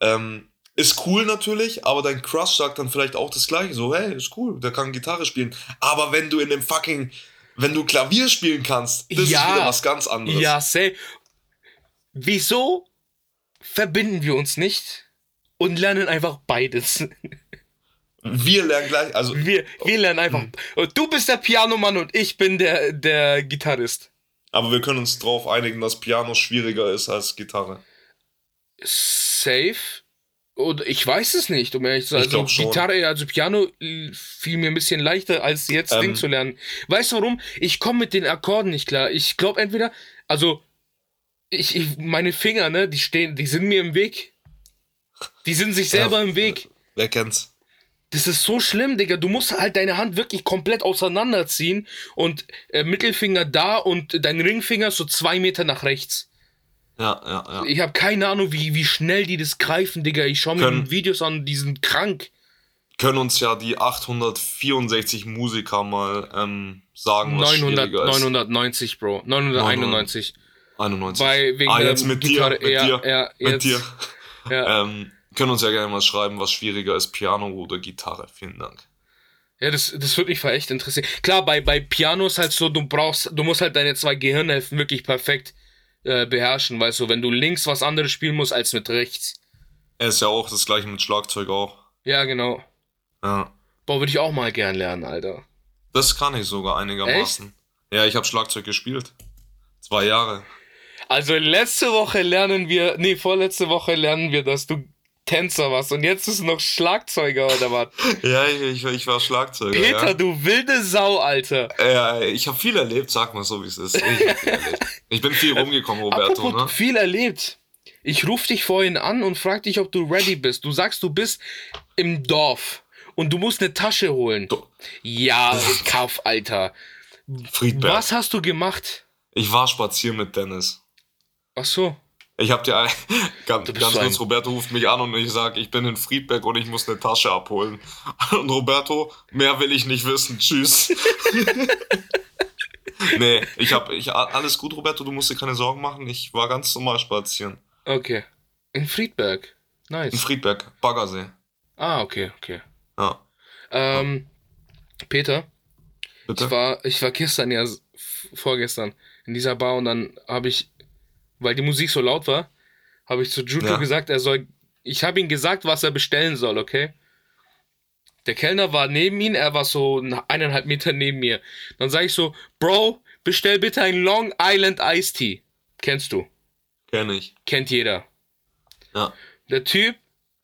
Speaker 1: ähm, ist cool natürlich, aber dein Crush sagt dann vielleicht auch das Gleiche, so, hey, ist cool, der kann Gitarre spielen, aber wenn du in dem fucking, wenn du Klavier spielen kannst, das
Speaker 2: Ja.
Speaker 1: ist wieder was ganz anderes.
Speaker 2: Ja, safe. Wieso verbinden wir uns nicht und lernen einfach beides?
Speaker 1: Wir lernen gleich, also,
Speaker 2: Wir, wir lernen einfach. Du bist der Pianomann und ich bin der, der Gitarrist.
Speaker 1: aber wir können uns drauf einigen, dass Piano schwieriger ist als Gitarre.
Speaker 2: Safe? Oder ich weiß es nicht, um ehrlich zu sein.
Speaker 1: Ich glaub
Speaker 2: Also
Speaker 1: schon.
Speaker 2: Gitarre, also Piano äh, fiel mir ein bisschen leichter, als jetzt
Speaker 1: Ähm.
Speaker 2: Ding zu lernen. Weißt du warum? Ich komme mit den Akkorden nicht klar. Ich glaube entweder, also ich, ich, meine Finger, ne, die stehen, die sind mir im Weg. Die sind sich
Speaker 1: Ja.
Speaker 2: selber im Weg.
Speaker 1: Wer kennt's?
Speaker 2: Das ist so schlimm, Digga. Du musst halt deine Hand wirklich komplett auseinanderziehen und äh, Mittelfinger da und dein Ringfinger so zwei Meter nach rechts.
Speaker 1: Ja, ja, ja.
Speaker 2: Ich habe keine Ahnung, wie, wie schnell die das greifen, Digga. Ich schaue mir
Speaker 1: Können-
Speaker 2: die Videos an, die sind krank.
Speaker 1: können uns ja die 864 Musiker mal ähm, sagen, was
Speaker 2: 900,
Speaker 1: schwieriger ist.
Speaker 2: 990, Bro. 991.
Speaker 1: 91.
Speaker 2: Bei, wegen
Speaker 1: ah,
Speaker 2: der
Speaker 1: jetzt mit dir,
Speaker 2: Gitarre.
Speaker 1: mit
Speaker 2: ja,
Speaker 1: dir,
Speaker 2: Ja,
Speaker 1: mit
Speaker 2: jetzt,
Speaker 1: dir.
Speaker 2: Ja.
Speaker 1: Ähm, können uns ja gerne mal schreiben, was schwieriger ist, Piano oder Gitarre. Vielen Dank.
Speaker 2: Ja, das, das würde mich voll echt interessieren. Klar, bei, bei Piano ist halt so, du brauchst, du musst halt deine zwei Gehirnhälften wirklich perfekt äh, beherrschen, weißt du, wenn du links was anderes spielen musst als mit rechts.
Speaker 1: Er ist ja auch das gleiche mit Schlagzeug auch.
Speaker 2: Ja, genau.
Speaker 1: Ja.
Speaker 2: Boah, würde ich auch mal gern lernen, Alter.
Speaker 1: Das kann ich sogar einigermaßen. Ja, ich habe Schlagzeug gespielt. Zwei Jahre.
Speaker 2: Also letzte Woche lernen wir, nee, vorletzte Woche lernen wir, dass du Tänzer warst und jetzt ist noch Schlagzeuger oder was?
Speaker 1: Ja, ich, ich, ich war Schlagzeuger.
Speaker 2: Peter, du wilde Sau, Alter.
Speaker 1: ja. Äh, ich habe viel erlebt, sag mal so, wie es ist. Ich, hab viel erlebt. ich bin viel rumgekommen, Roberto.
Speaker 2: Apropos
Speaker 1: Ne?
Speaker 2: viel erlebt. Ich ruf dich vorhin an und frag dich, ob du ready bist. Du sagst, du bist im Dorf und du musst eine Tasche holen.
Speaker 1: Du-
Speaker 2: Ja, Kaff, Alter.
Speaker 1: ne? Friedberg.
Speaker 2: Was hast du gemacht?
Speaker 1: Ich war spazieren mit Dennis.
Speaker 2: Ach so.
Speaker 1: Ich hab dir ein, ganz,
Speaker 2: Du bist
Speaker 1: ganz
Speaker 2: so ein-
Speaker 1: kurz, Roberto ruft mich an und ich sag, ich bin in Friedberg und ich muss eine Tasche abholen. Und Roberto, mehr will ich nicht wissen. Tschüss. nee, ich hab ich, a- alles gut, Roberto, du musst dir keine Sorgen machen. Ich war ganz normal spazieren.
Speaker 2: Okay. In Friedberg.
Speaker 1: In
Speaker 2: Nice.
Speaker 1: Friedberg, Baggersee.
Speaker 2: Ah, okay, okay.
Speaker 1: Ja.
Speaker 2: Ähm, Peter, ich
Speaker 1: Bitte?
Speaker 2: war, ich war gestern, ja, s- f- vorgestern in dieser Bar und dann habe ich, weil die Musik so laut war, habe ich zu Juto
Speaker 1: Ja.
Speaker 2: gesagt, er soll, ich habe ihm gesagt, was er bestellen soll, okay? Der Kellner war neben ihn, er war so n- eineinhalb Meter neben mir. Dann sage ich so, Bro, bestell bitte ein Long Island Iced Tea. Kennst du?
Speaker 1: Kenn ich.
Speaker 2: Kennt jeder.
Speaker 1: Ja.
Speaker 2: Der Typ,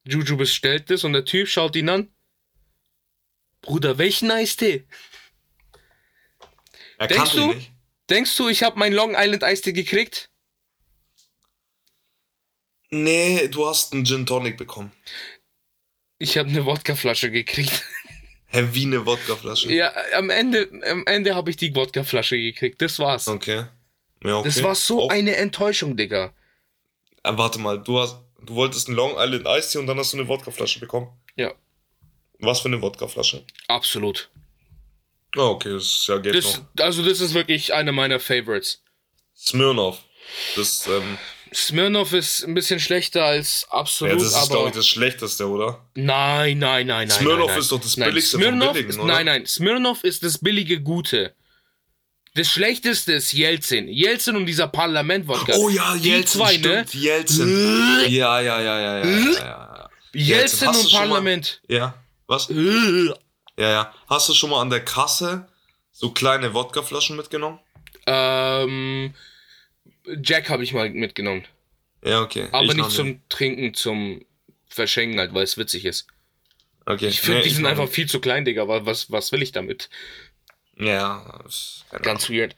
Speaker 2: Juju bestellt das und der Typ schaut ihn an. Bruder, welchen Eistee?
Speaker 1: Er
Speaker 2: Denkst
Speaker 1: kannte ihn
Speaker 2: du?
Speaker 1: nicht.
Speaker 2: Denkst du, ich habe mein Long Island Eistee gekriegt?
Speaker 1: Nee, du hast einen Gin Tonic bekommen.
Speaker 2: Ich habe
Speaker 1: ne
Speaker 2: eine Wodkaflasche gekriegt.
Speaker 1: Hä, wie eine Wodkaflasche.
Speaker 2: ja, am Ende, am Ende habe ich die Wodkaflasche gekriegt. Das war's.
Speaker 1: Okay. Ja, okay.
Speaker 2: Das war so
Speaker 1: Auch-
Speaker 2: eine Enttäuschung, Digga.
Speaker 1: Ah, warte mal, du hast, du wolltest einen Long Island Eistee und dann hast du eine Wodkaflasche bekommen.
Speaker 2: Ja,
Speaker 1: Was für eine Wodkaflasche?
Speaker 2: absolut.
Speaker 1: Ah, okay, das ist ja geht
Speaker 2: Das,
Speaker 1: noch.
Speaker 2: also das ist wirklich einer meiner Favorites.
Speaker 1: Smirnoff. Das, ähm,
Speaker 2: Smirnoff ist ein bisschen schlechter als
Speaker 1: ja,
Speaker 2: absolut,
Speaker 1: das ist, glaube
Speaker 2: aber
Speaker 1: ich, das Schlechteste, oder?
Speaker 2: nein, nein, nein, nein.
Speaker 1: Smirnoff
Speaker 2: nein, nein.
Speaker 1: ist doch das
Speaker 2: nein.
Speaker 1: Billigste vom
Speaker 2: Smirnoff
Speaker 1: Billigen,
Speaker 2: ist,
Speaker 1: oder?
Speaker 2: Nein, nein, Smirnoff ist das billige Gute. Das Schlechteste ist Jelzin. Jelzin und dieser Parlament-Wodka.
Speaker 1: Oh ja,
Speaker 2: Die
Speaker 1: Jelzin,
Speaker 2: zwei, ne?
Speaker 1: stimmt, Jelzin. Ja, ja, ja, ja, ja, ja, ja. Jelzin,
Speaker 2: Jelzin
Speaker 1: hast
Speaker 2: und
Speaker 1: du schon mal-
Speaker 2: Parlament. Äh,
Speaker 1: Ja, was? Ja, ja. Hast du schon mal an der Kasse so kleine Wodkaflaschen mitgenommen?
Speaker 2: Ähm, Jack habe ich mal mitgenommen.
Speaker 1: Ja, okay.
Speaker 2: Aber
Speaker 1: Ich noch
Speaker 2: nicht zum Trinken, zum Verschenken halt, weil es witzig ist.
Speaker 1: Okay.
Speaker 2: Ich finde,
Speaker 1: Nee,
Speaker 2: die sind
Speaker 1: noch
Speaker 2: einfach
Speaker 1: nicht.
Speaker 2: viel zu klein, Digga. wa- Was, was will ich damit?
Speaker 1: Ja, ist- keine
Speaker 2: Ganz weird.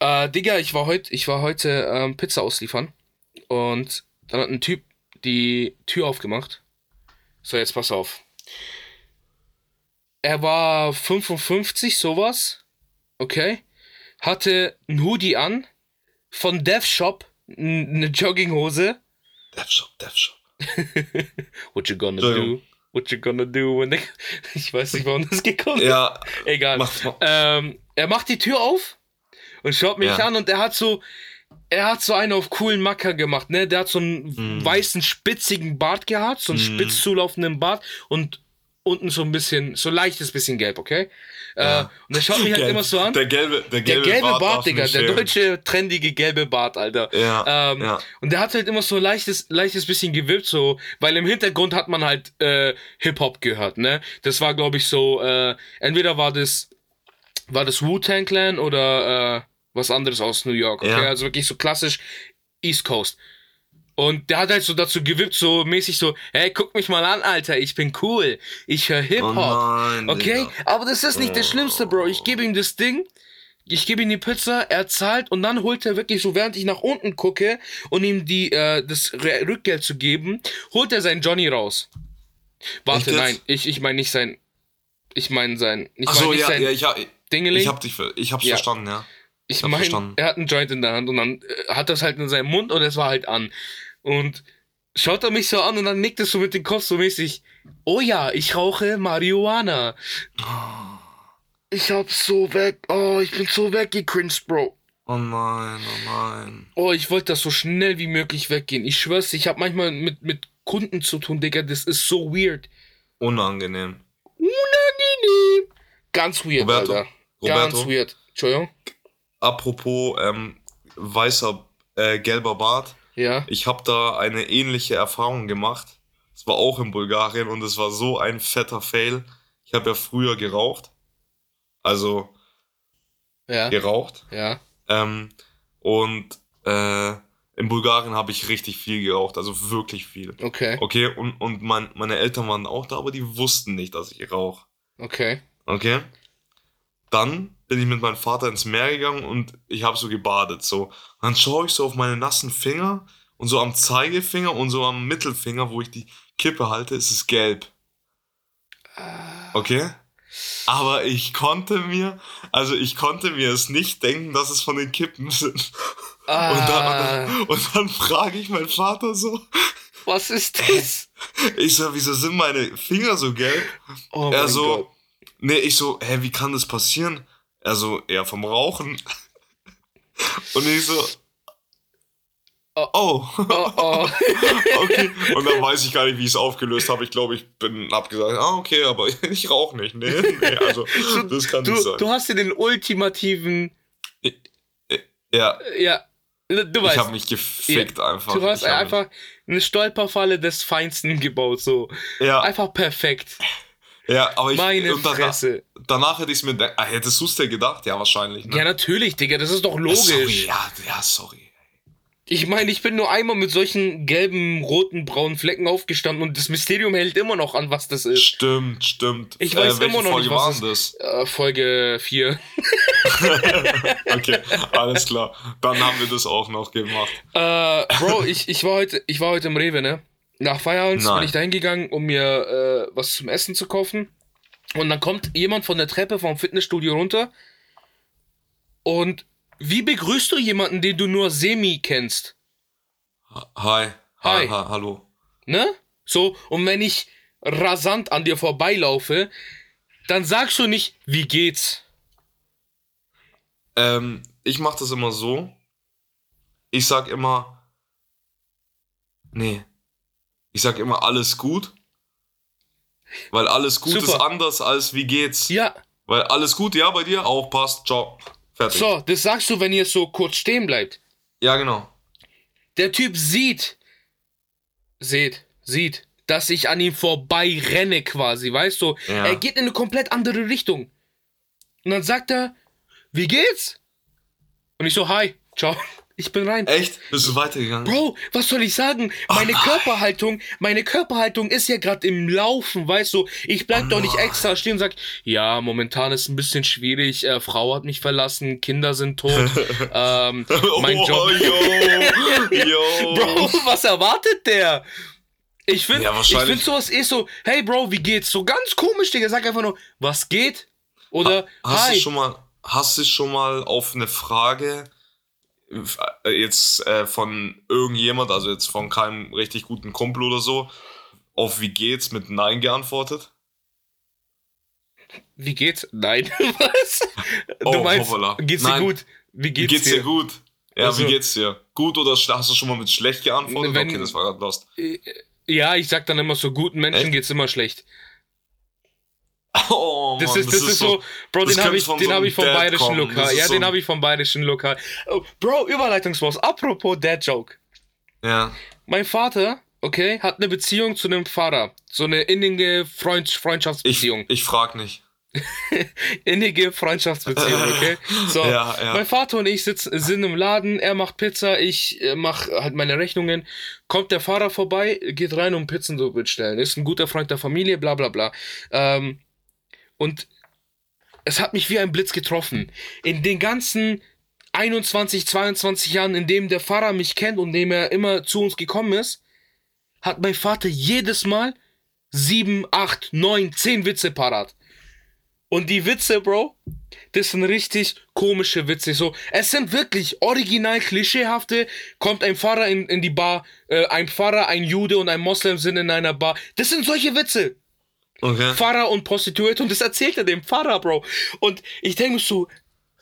Speaker 2: Äh, Digga, ich war heute, ich war heute ähm, Pizza ausliefern und dann hat ein Typ die Tür aufgemacht. So, jetzt pass auf. Er war 55, sowas. Okay. Hatte ein Hoodie an. Von Death Shop. n- Eine Jogginghose.
Speaker 1: Death Shop, Death Shop.
Speaker 2: What you gonna
Speaker 1: Entschuldigung.
Speaker 2: do? What you gonna do? when they- Ich weiß nicht, warum das gekommen ist.
Speaker 1: Ja,
Speaker 2: Egal.
Speaker 1: mach mal.
Speaker 2: Ähm, er macht die Tür auf und schaut mich
Speaker 1: Ja.
Speaker 2: an und er hat so, er hat so einen auf coolen Macker gemacht, ne? Der hat so einen
Speaker 1: Mm.
Speaker 2: weißen, spitzigen Bart gehabt, so einen
Speaker 1: Mm.
Speaker 2: spitz zulaufenden Bart und unten so ein bisschen, so leichtes bisschen gelb, okay? Äh, und er schaut mich halt
Speaker 1: Gelb.
Speaker 2: immer so an. Der,
Speaker 1: Der gelbe, der gelbe,
Speaker 2: gelbe Bart,
Speaker 1: darf
Speaker 2: Digga,
Speaker 1: mich
Speaker 2: der
Speaker 1: schämen.
Speaker 2: deutsche, trendige gelbe Bart, Alter.
Speaker 1: Ja,
Speaker 2: Ähm,
Speaker 1: ja.
Speaker 2: Und der hat halt immer so leichtes, leichtes bisschen gewippt, so, weil im Hintergrund hat man halt äh, Hip-Hop gehört, ne? Das war, glaube ich, so, äh, entweder war das, war das Wu-Tang Clan oder äh, was anderes aus New York, okay?
Speaker 1: Ja.
Speaker 2: Also wirklich so klassisch East Coast. Und der hat halt so dazu gewippt, so mäßig so, hey, guck mich mal an, Alter, ich bin cool, ich höre
Speaker 1: Oh
Speaker 2: Hip-Hop.
Speaker 1: nein,
Speaker 2: Okay,
Speaker 1: Digga.
Speaker 2: aber das ist nicht das Schlimmste, Bro. Ich gebe ihm das Ding, ich gebe ihm die Pizza, er zahlt und dann holt er wirklich so, während ich nach unten gucke und ihm die, äh, das Re- Rückgeld zu geben, holt er seinen Johnny raus.
Speaker 1: Echt
Speaker 2: Warte,
Speaker 1: jetzt?
Speaker 2: nein, ich, ich meine nicht sein, ich meine sein, ich meine
Speaker 1: Achso,
Speaker 2: nicht
Speaker 1: ja,
Speaker 2: sein
Speaker 1: ja, ich, hab-
Speaker 2: Dingeling.
Speaker 1: ich hab dich, ver- ich hab's
Speaker 2: Ja.
Speaker 1: verstanden, ja.
Speaker 2: Ich
Speaker 1: hab
Speaker 2: meine,
Speaker 1: verstanden.
Speaker 2: er hat einen Joint in der Hand und dann äh, hat das halt in seinem Mund und es war halt an. Und schaut er mich so an und dann nickt er so mit dem Kopf so mäßig, oh ja, ich rauche Marihuana. Ich hab so weg, oh, ich bin so weggecringed, Bro.
Speaker 1: Oh nein, oh nein.
Speaker 2: Oh, ich wollte das so schnell wie möglich weggehen. Ich schwör's, ich hab manchmal mit, mit Kunden zu tun, Digga, das ist so weird.
Speaker 1: Unangenehm.
Speaker 2: Unangenehm. Ganz weird,
Speaker 1: Roberto,
Speaker 2: Alter.
Speaker 1: Roberto,
Speaker 2: Ganz weird. Entschuldigung?
Speaker 1: apropos ähm, weißer, äh, gelber Bart.
Speaker 2: Ja.
Speaker 1: Ich habe da eine ähnliche Erfahrung gemacht. Es war auch in Bulgarien und es war so ein fetter Fail. Ich habe ja früher geraucht. Also
Speaker 2: Ja.
Speaker 1: geraucht.
Speaker 2: Ja.
Speaker 1: Ähm, und äh, in Bulgarien habe ich richtig viel geraucht, also wirklich viel.
Speaker 2: Okay.
Speaker 1: Okay, und, und mein, meine Eltern waren auch da, aber die wussten nicht, dass ich rauche.
Speaker 2: Okay.
Speaker 1: Okay. Dann bin ich mit meinem Vater ins Meer gegangen und ich habe so gebadet. So. Und dann schaue ich so auf meine nassen Finger und so am Zeigefinger und so am Mittelfinger, wo ich die Kippe halte, ist es gelb. Okay? Aber ich konnte mir, also ich konnte mir es nicht denken, dass es von den Kippen sind.
Speaker 2: Ah.
Speaker 1: Und dann, und dann, und dann frage ich meinen Vater so,
Speaker 2: Was ist das?
Speaker 1: ich so, wieso sind meine Finger so gelb?
Speaker 2: Oh
Speaker 1: er so, nee, ich so, hä, wie kann das passieren? Er so, ja, vom Rauchen. Und ich so, oh,
Speaker 2: Oh, oh.
Speaker 1: okay. Und dann weiß ich gar nicht, wie ich es aufgelöst habe. Ich glaube, ich bin abgesagt, ah, okay, aber ich rauche nicht. Nee, nee, also, das kann nicht
Speaker 2: Du,
Speaker 1: sein.
Speaker 2: du hast dir den ultimativen. äh,
Speaker 1: ja,
Speaker 2: Ja, ne, du
Speaker 1: ich habe
Speaker 2: weißt.
Speaker 1: mich gefickt einfach.
Speaker 2: Du hast
Speaker 1: ich hab mich-
Speaker 2: einfach eine Stolperfalle des Feinsten gebaut, so.
Speaker 1: Ja,
Speaker 2: Einfach perfekt.
Speaker 1: ja, aber ich.
Speaker 2: Meine
Speaker 1: und danach,
Speaker 2: Fresse.
Speaker 1: danach hätte ich es mir. de- Ah, hättest du es dir gedacht? Ja, wahrscheinlich. Ne?
Speaker 2: Ja, natürlich, Digga, das ist doch
Speaker 1: Ja, Sorry,
Speaker 2: logisch.
Speaker 1: ja, ja, sorry.
Speaker 2: Ich meine, ich bin nur einmal mit solchen gelben, roten, braunen Flecken aufgestanden und das Mysterium hält immer noch an, was das ist. Äh,
Speaker 1: Stimmt, stimmt.
Speaker 2: Ich weiß
Speaker 1: welche
Speaker 2: immer noch
Speaker 1: Folge
Speaker 2: nicht, was
Speaker 1: war denn das?
Speaker 2: Äh, Folge 4.
Speaker 1: okay, alles klar. Dann haben wir das auch noch gemacht.
Speaker 2: Äh, Bro, ich, ich, war heute, ich war heute im Rewe, ne? Nach Feierabend
Speaker 1: Nein.
Speaker 2: bin ich da hingegangen, um mir äh, was zum Essen zu kaufen. Und dann kommt jemand von der Treppe vom Fitnessstudio runter. Und wie begrüßt du jemanden, den du nur semi kennst?
Speaker 1: Hi.
Speaker 2: Hi.
Speaker 1: ha, hallo.
Speaker 2: Ne? So, und wenn ich rasant an dir vorbeilaufe, dann sagst du nicht, wie geht's?
Speaker 1: Ähm, ich mache das immer so. Ich sag immer. Nee. Ich sag immer alles gut. Weil alles gut
Speaker 2: Super.
Speaker 1: ist anders als wie geht's.
Speaker 2: Ja,
Speaker 1: Weil alles gut, ja, bei dir auch passt. Ciao. Fertig.
Speaker 2: so, das sagst du, wenn ihr so kurz stehen bleibt.
Speaker 1: Ja, genau.
Speaker 2: Der Typ sieht, seht, sieht, dass ich an ihm vorbei renne quasi, weißt du?
Speaker 1: Ja.
Speaker 2: Er geht in eine komplett andere Richtung. Und dann sagt er, wie geht's? Und ich so, hi, ciao, ich bin rein.
Speaker 1: Echt? Bist du weitergegangen?
Speaker 2: Bro, was soll ich sagen? Meine Körperhaltung, meine Körperhaltung ist ja gerade im Laufen, weißt du? Ich bleib doch nicht extra stehen und sag, ja, momentan ist ein bisschen schwierig, äh, Frau hat mich verlassen, Kinder sind tot, ähm, mein
Speaker 1: oh,
Speaker 2: Job.
Speaker 1: Yo, yo.
Speaker 2: Bro, was erwartet der? Ich finde
Speaker 1: Ja,
Speaker 2: ich
Speaker 1: wahrscheinlich.
Speaker 2: find sowas eh so, hey Bro, wie geht's? So ganz komisch, Digga. Sag einfach nur, was geht? Oder
Speaker 1: Hast du
Speaker 2: hi.
Speaker 1: schon mal, hast du schon mal auf eine Frage äh, jetzt äh, von irgendjemand, also jetzt von keinem richtig guten Kumpel oder so, auf wie geht's mit Nein geantwortet?
Speaker 2: Wie geht's? Nein, was? Du
Speaker 1: Oh,
Speaker 2: meinst,
Speaker 1: hoppala.
Speaker 2: geht's dir
Speaker 1: Nein.
Speaker 2: gut? Wie
Speaker 1: Wie
Speaker 2: geht's,
Speaker 1: geht's dir gut? Ja,
Speaker 2: Also-
Speaker 1: wie geht's dir? Gut oder schlecht? Hast du schon mal mit schlecht geantwortet?
Speaker 2: Wenn-
Speaker 1: okay, das war gerade lost.
Speaker 2: Äh, Ja, ich sag dann immer, so guten Menschen
Speaker 1: Echt?
Speaker 2: geht's immer schlecht.
Speaker 1: Oh,
Speaker 2: Das,
Speaker 1: Mann,
Speaker 2: ist, das, ist so, Bro,
Speaker 1: das
Speaker 2: den habe
Speaker 1: könnte
Speaker 2: ich,
Speaker 1: von
Speaker 2: den
Speaker 1: so
Speaker 2: hab
Speaker 1: einem
Speaker 2: ich vom
Speaker 1: Dad
Speaker 2: bayerischen
Speaker 1: kommen.
Speaker 2: Lokal.
Speaker 1: Das ist
Speaker 2: Ja,
Speaker 1: so
Speaker 2: den
Speaker 1: ein-
Speaker 2: habe ich vom bayerischen Lokal. Oh, Bro, Überleitungsboss. Apropos Dad Joke.
Speaker 1: Ja.
Speaker 2: Mein Vater, okay, hat eine Beziehung zu einem Pfarrer. So eine innige Freund
Speaker 1: Ich,
Speaker 2: Freundschaftsbeziehung.
Speaker 1: ich frag nicht.
Speaker 2: Innige Freundschaftsbeziehung, okay? So.
Speaker 1: Ja, ja.
Speaker 2: Mein Vater und ich sitzen, sind im Laden, er macht Pizza, ich äh, mach halt meine Rechnungen. Kommt der Fahrer vorbei, geht rein und Pizzen zu bestellen. Ist ein guter Freund der Familie, bla bla bla. Ähm, und es hat mich wie ein Blitz getroffen. In den ganzen 21, 22 Jahren, in dem der Fahrer mich kennt und in dem er immer zu uns gekommen ist, hat mein Vater jedes Mal 7, 8, 9, 10 Witze parat. Und die Witze, Bro, das sind richtig komische Witze. So, es sind wirklich original klischeehafte. Kommt ein Pfarrer in, in die Bar, äh, ein Pfarrer, ein Jude und ein Moslem sind in einer Bar. Das sind solche Witze.
Speaker 1: Okay.
Speaker 2: Pfarrer und Prostituierte und das erzählt er dem Pfarrer, Bro. Und ich denke mir so,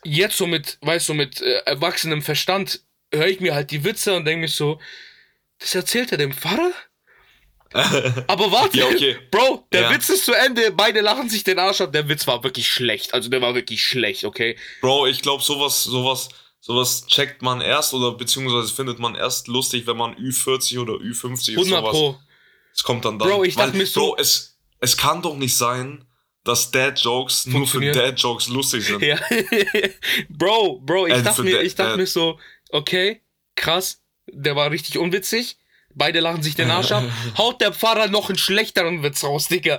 Speaker 2: jetzt so mit, weißt du, mit äh, erwachsenem Verstand höre ich mir halt die Witze und denke mir so, das erzählt er dem Pfarrer? Aber warte,
Speaker 1: Ja, okay.
Speaker 2: Bro, der
Speaker 1: Ja.
Speaker 2: Witz ist zu Ende, beide lachen sich den Arsch ab, der Witz war wirklich schlecht, also der war wirklich schlecht, okay?
Speaker 1: Bro, ich glaube, sowas, sowas, sowas checkt man erst oder beziehungsweise findet man erst lustig, wenn man Ü40 oder Ü50 ist.
Speaker 2: 100
Speaker 1: sowas.
Speaker 2: Pro.
Speaker 1: Es kommt dann da.
Speaker 2: Bro, ich dachte mir so-
Speaker 1: Bro, es, es kann doch nicht sein, dass Dad-Jokes nur für
Speaker 2: Funktionieren.
Speaker 1: Dad-Jokes lustig sind.
Speaker 2: Ja. Bro, Bro, ich
Speaker 1: Also
Speaker 2: dachte
Speaker 1: für
Speaker 2: mir,
Speaker 1: der-
Speaker 2: ich dachte
Speaker 1: äh,
Speaker 2: mir so, okay, krass, der war richtig unwitzig. Beide lachen sich den Arsch ab. Haut der Pfarrer noch einen schlechteren Witz raus, Digga.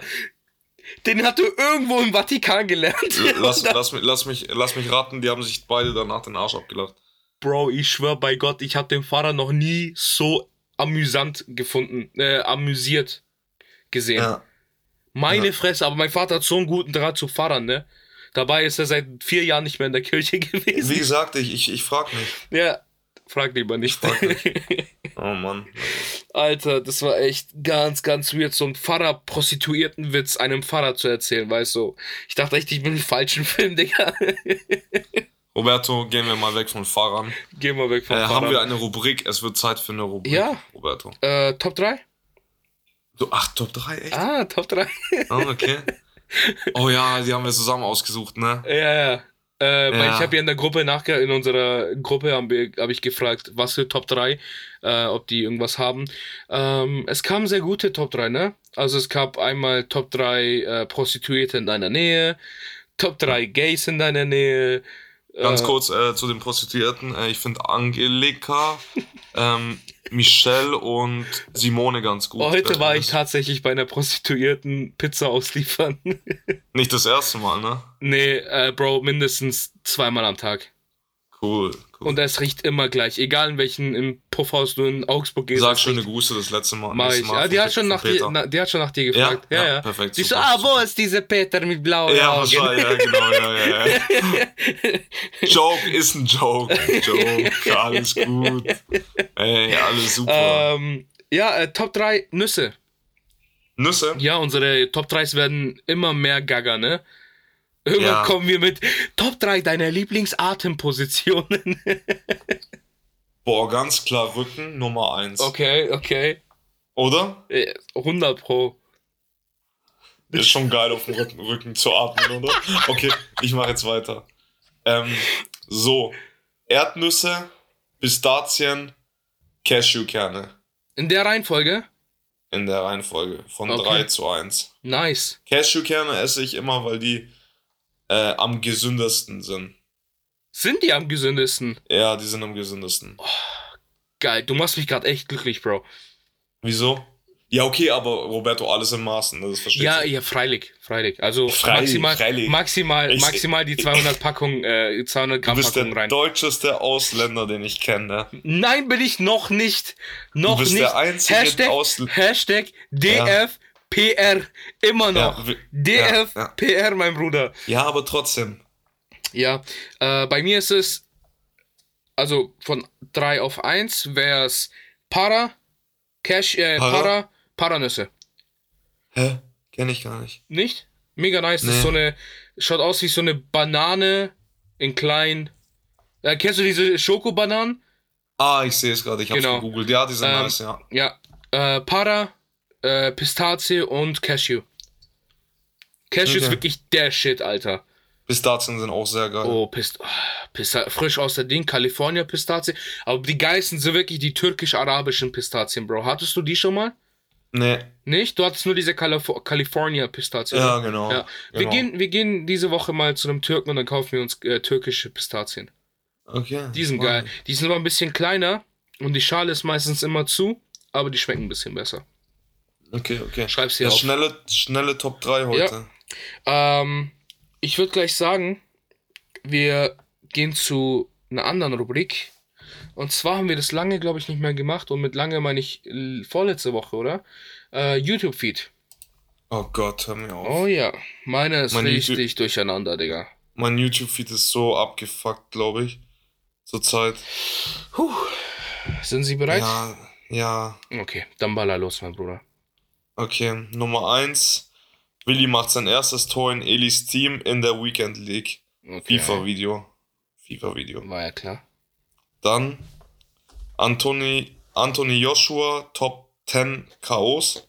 Speaker 2: Den hat er irgendwo im Vatikan gelernt.
Speaker 1: Lass, lass, mich, lass, mich, lass mich raten, die haben sich beide danach den Arsch abgelacht.
Speaker 2: Bro, ich schwör bei Gott, ich habe den Pfarrer noch nie so amüsant gefunden, äh, amüsiert gesehen. Meine Fresse, aber mein Vater hat so einen guten Draht zu Pfarrern, ne? Dabei ist er seit vier Jahren nicht mehr in der Kirche gewesen.
Speaker 1: Wie gesagt, ich, ich, ich frag mich.
Speaker 2: Ja, frag lieber nicht.
Speaker 1: Oh Mann.
Speaker 2: Alter, das war echt ganz, ganz weird, so einen Pfarrer-Prostituierten-Witz einem Pfarrer zu erzählen, weißt du. Ich dachte echt, ich bin im falschen Film, Digga.
Speaker 1: Roberto, gehen wir mal weg von Fahrern.
Speaker 2: Geh mal weg
Speaker 1: Äh,
Speaker 2: vom
Speaker 1: haben wir
Speaker 2: Pfarrer.
Speaker 1: eine Rubrik? Es wird Zeit für eine Rubrik.
Speaker 2: Ja.
Speaker 1: Roberto.
Speaker 2: äh, Top 3?
Speaker 1: Du, ach, Top 3, echt?
Speaker 2: Ah, Top 3.
Speaker 1: Ah, okay. Oh ja, die haben wir zusammen ausgesucht, ne?
Speaker 2: ja, ja. Äh, Weil
Speaker 1: Ja.
Speaker 2: ich habe ja in der Gruppe nachge... In unserer Gruppe habe hab ich gefragt, was für Top 3, äh, ob die irgendwas haben. Ähm, es kamen sehr gute Top 3, ne? Also es gab einmal Top 3 äh, Prostituierte in deiner Nähe, Top 3 Gays in deiner Nähe,
Speaker 1: Ganz kurz äh, zu den Prostituierten. Äh, ich finde Angelika, ähm, Michelle und Simone ganz gut.
Speaker 2: Oh,
Speaker 1: äh,
Speaker 2: Heute war ich tatsächlich bei einer Prostituierten Pizza ausliefern.
Speaker 1: Nicht das erste Mal, ne?
Speaker 2: nee, äh, Bro, mindestens zweimal am Tag.
Speaker 1: Cool. cool.
Speaker 2: Und es riecht immer gleich. Egal in welchen im Puffhaus du in Augsburg gehst.
Speaker 1: Sag
Speaker 2: es
Speaker 1: schöne
Speaker 2: riecht-
Speaker 1: Grüße das letzte Mal.
Speaker 2: Mach
Speaker 1: Nächstes
Speaker 2: ich.
Speaker 1: Mal
Speaker 2: Ja, die,
Speaker 1: von
Speaker 2: hat schon
Speaker 1: Pe-
Speaker 2: nach
Speaker 1: von
Speaker 2: dir,
Speaker 1: Peter.
Speaker 2: na, die hat schon nach dir
Speaker 1: Ja,
Speaker 2: gefragt. Ja,
Speaker 1: ja,
Speaker 2: ja.
Speaker 1: perfekt,
Speaker 2: Die so,
Speaker 1: super,
Speaker 2: ah, wo
Speaker 1: super.
Speaker 2: ist diese Peter mit blauen
Speaker 1: Ja,
Speaker 2: Augen?
Speaker 1: wahrscheinlich, ja, genau, ja, ja, ja. Joke ist ein Joke. Joke, alles gut. Ey, alles super.
Speaker 2: ähm, ja, äh, Top 3 Nüsse.
Speaker 1: Nüsse?
Speaker 2: Ja, unsere Top 3s werden immer mehr gaga, ne? Irgendwann
Speaker 1: Ja.
Speaker 2: kommen wir mit Top 3 deiner Lieblingsatempositionen.
Speaker 1: Boah, ganz klar Rücken Nummer 1.
Speaker 2: Okay, okay.
Speaker 1: Oder?
Speaker 2: Äh, 100 Pro.
Speaker 1: Ist schon geil, auf dem Rücken, Rücken zu atmen, oder? Okay, ich mache jetzt weiter. Ähm, so, Erdnüsse, Pistazien, Cashewkerne
Speaker 2: In der Reihenfolge?
Speaker 1: in der Reihenfolge von
Speaker 2: Okay.
Speaker 1: 3 zu 1.
Speaker 2: Nice.
Speaker 1: Cashewkerne esse ich immer, weil die äh, am gesündesten sind.
Speaker 2: Sind die am gesündesten?
Speaker 1: Ja, die sind am gesündesten.
Speaker 2: Geil, du machst mich gerade echt glücklich, Bro.
Speaker 1: Wieso? Ja, okay, aber Roberto, alles in Maßen, ne, das verstehe
Speaker 2: Ja,
Speaker 1: ich.
Speaker 2: ja, freilich, freilich. Also
Speaker 1: Freilich,
Speaker 2: maximal,
Speaker 1: freilich.
Speaker 2: maximal,
Speaker 1: Ich-
Speaker 2: maximal die 200 Packung, äh, 200
Speaker 1: Du
Speaker 2: Gramm
Speaker 1: bist
Speaker 2: Packung
Speaker 1: der
Speaker 2: rein.
Speaker 1: deutscheste Ausländer, den ich kenne.
Speaker 2: Nein, bin ich noch nicht, noch
Speaker 1: bist
Speaker 2: nicht.
Speaker 1: der einzige
Speaker 2: Hashtag,
Speaker 1: Ausl-
Speaker 2: Hashtag DFPR immer
Speaker 1: Ja,
Speaker 2: noch.
Speaker 1: wi- ja, ja.
Speaker 2: DFPR, mein Bruder.
Speaker 1: Ja, aber trotzdem.
Speaker 2: Ja, äh, bei mir ist es, also von 3 auf 1 wäre es Para, Cash, äh,
Speaker 1: Para?
Speaker 2: Para, Paranüsse.
Speaker 1: Hä? Kenne ich gar nicht.
Speaker 2: Nicht? Mega nice. Das
Speaker 1: Nee.
Speaker 2: ist so eine, schaut aus wie so eine Banane in klein. Äh, kennst du diese Schokobananen?
Speaker 1: Ah, ich sehe es gerade, ich habe
Speaker 2: Genau.
Speaker 1: gegoogelt. Ja, die sind
Speaker 2: Ähm,
Speaker 1: nice, ja.
Speaker 2: Ja. Äh, Para, äh, Pistazie und Cashew. Cashew ist
Speaker 1: Okay.
Speaker 2: wirklich der Shit, Alter.
Speaker 1: Pistazien sind auch sehr geil.
Speaker 2: Oh, Pist oh, Pista frisch aus der Ding, California Pistazie. Aber die geilsten sind wirklich die türkisch-arabischen Pistazien, Bro. Hattest du die schon mal?
Speaker 1: Nee,
Speaker 2: Nicht? Du hattest nur diese Calif California Pistazien.
Speaker 1: ja, genau.
Speaker 2: Ja. Wir,
Speaker 1: genau.
Speaker 2: gehen, wir gehen diese Woche mal zu einem Türken und dann kaufen wir uns äh, türkische Pistazien.
Speaker 1: Okay.
Speaker 2: Die sind geil. Die sind aber ein bisschen kleiner und die Schale ist meistens immer zu, aber die schmecken ein bisschen besser.
Speaker 1: Okay, okay.
Speaker 2: Schreib's hier
Speaker 1: Ja,
Speaker 2: auf.
Speaker 1: schnelle, schnelle Top 3 heute.
Speaker 2: Ähm, ich würde gleich sagen, wir gehen zu einer anderen Rubrik. Und zwar haben wir das lange, glaube ich, nicht mehr gemacht. Und mit lange meine ich äh, vorletzte Woche, oder? Äh, YouTube-Feed.
Speaker 1: Oh Gott, hör mir auf.
Speaker 2: Oh ja, meine ist
Speaker 1: Mein
Speaker 2: richtig
Speaker 1: YouTube-
Speaker 2: durcheinander, Digga.
Speaker 1: Mein YouTube-Feed ist so abgefuckt, glaube ich. Zurzeit.
Speaker 2: Puh. Sind Sie bereit?
Speaker 1: Ja, ja.
Speaker 2: Okay, dann baller los, mein Bruder.
Speaker 1: Okay, Nummer 1. Willi macht sein erstes Tor in Elis Team in der Weekend League.
Speaker 2: Okay.
Speaker 1: FIFA-Video. FIFA-Video.
Speaker 2: War ja klar.
Speaker 1: Dann Anthony, Anthony Joshua, Top 10 KOs.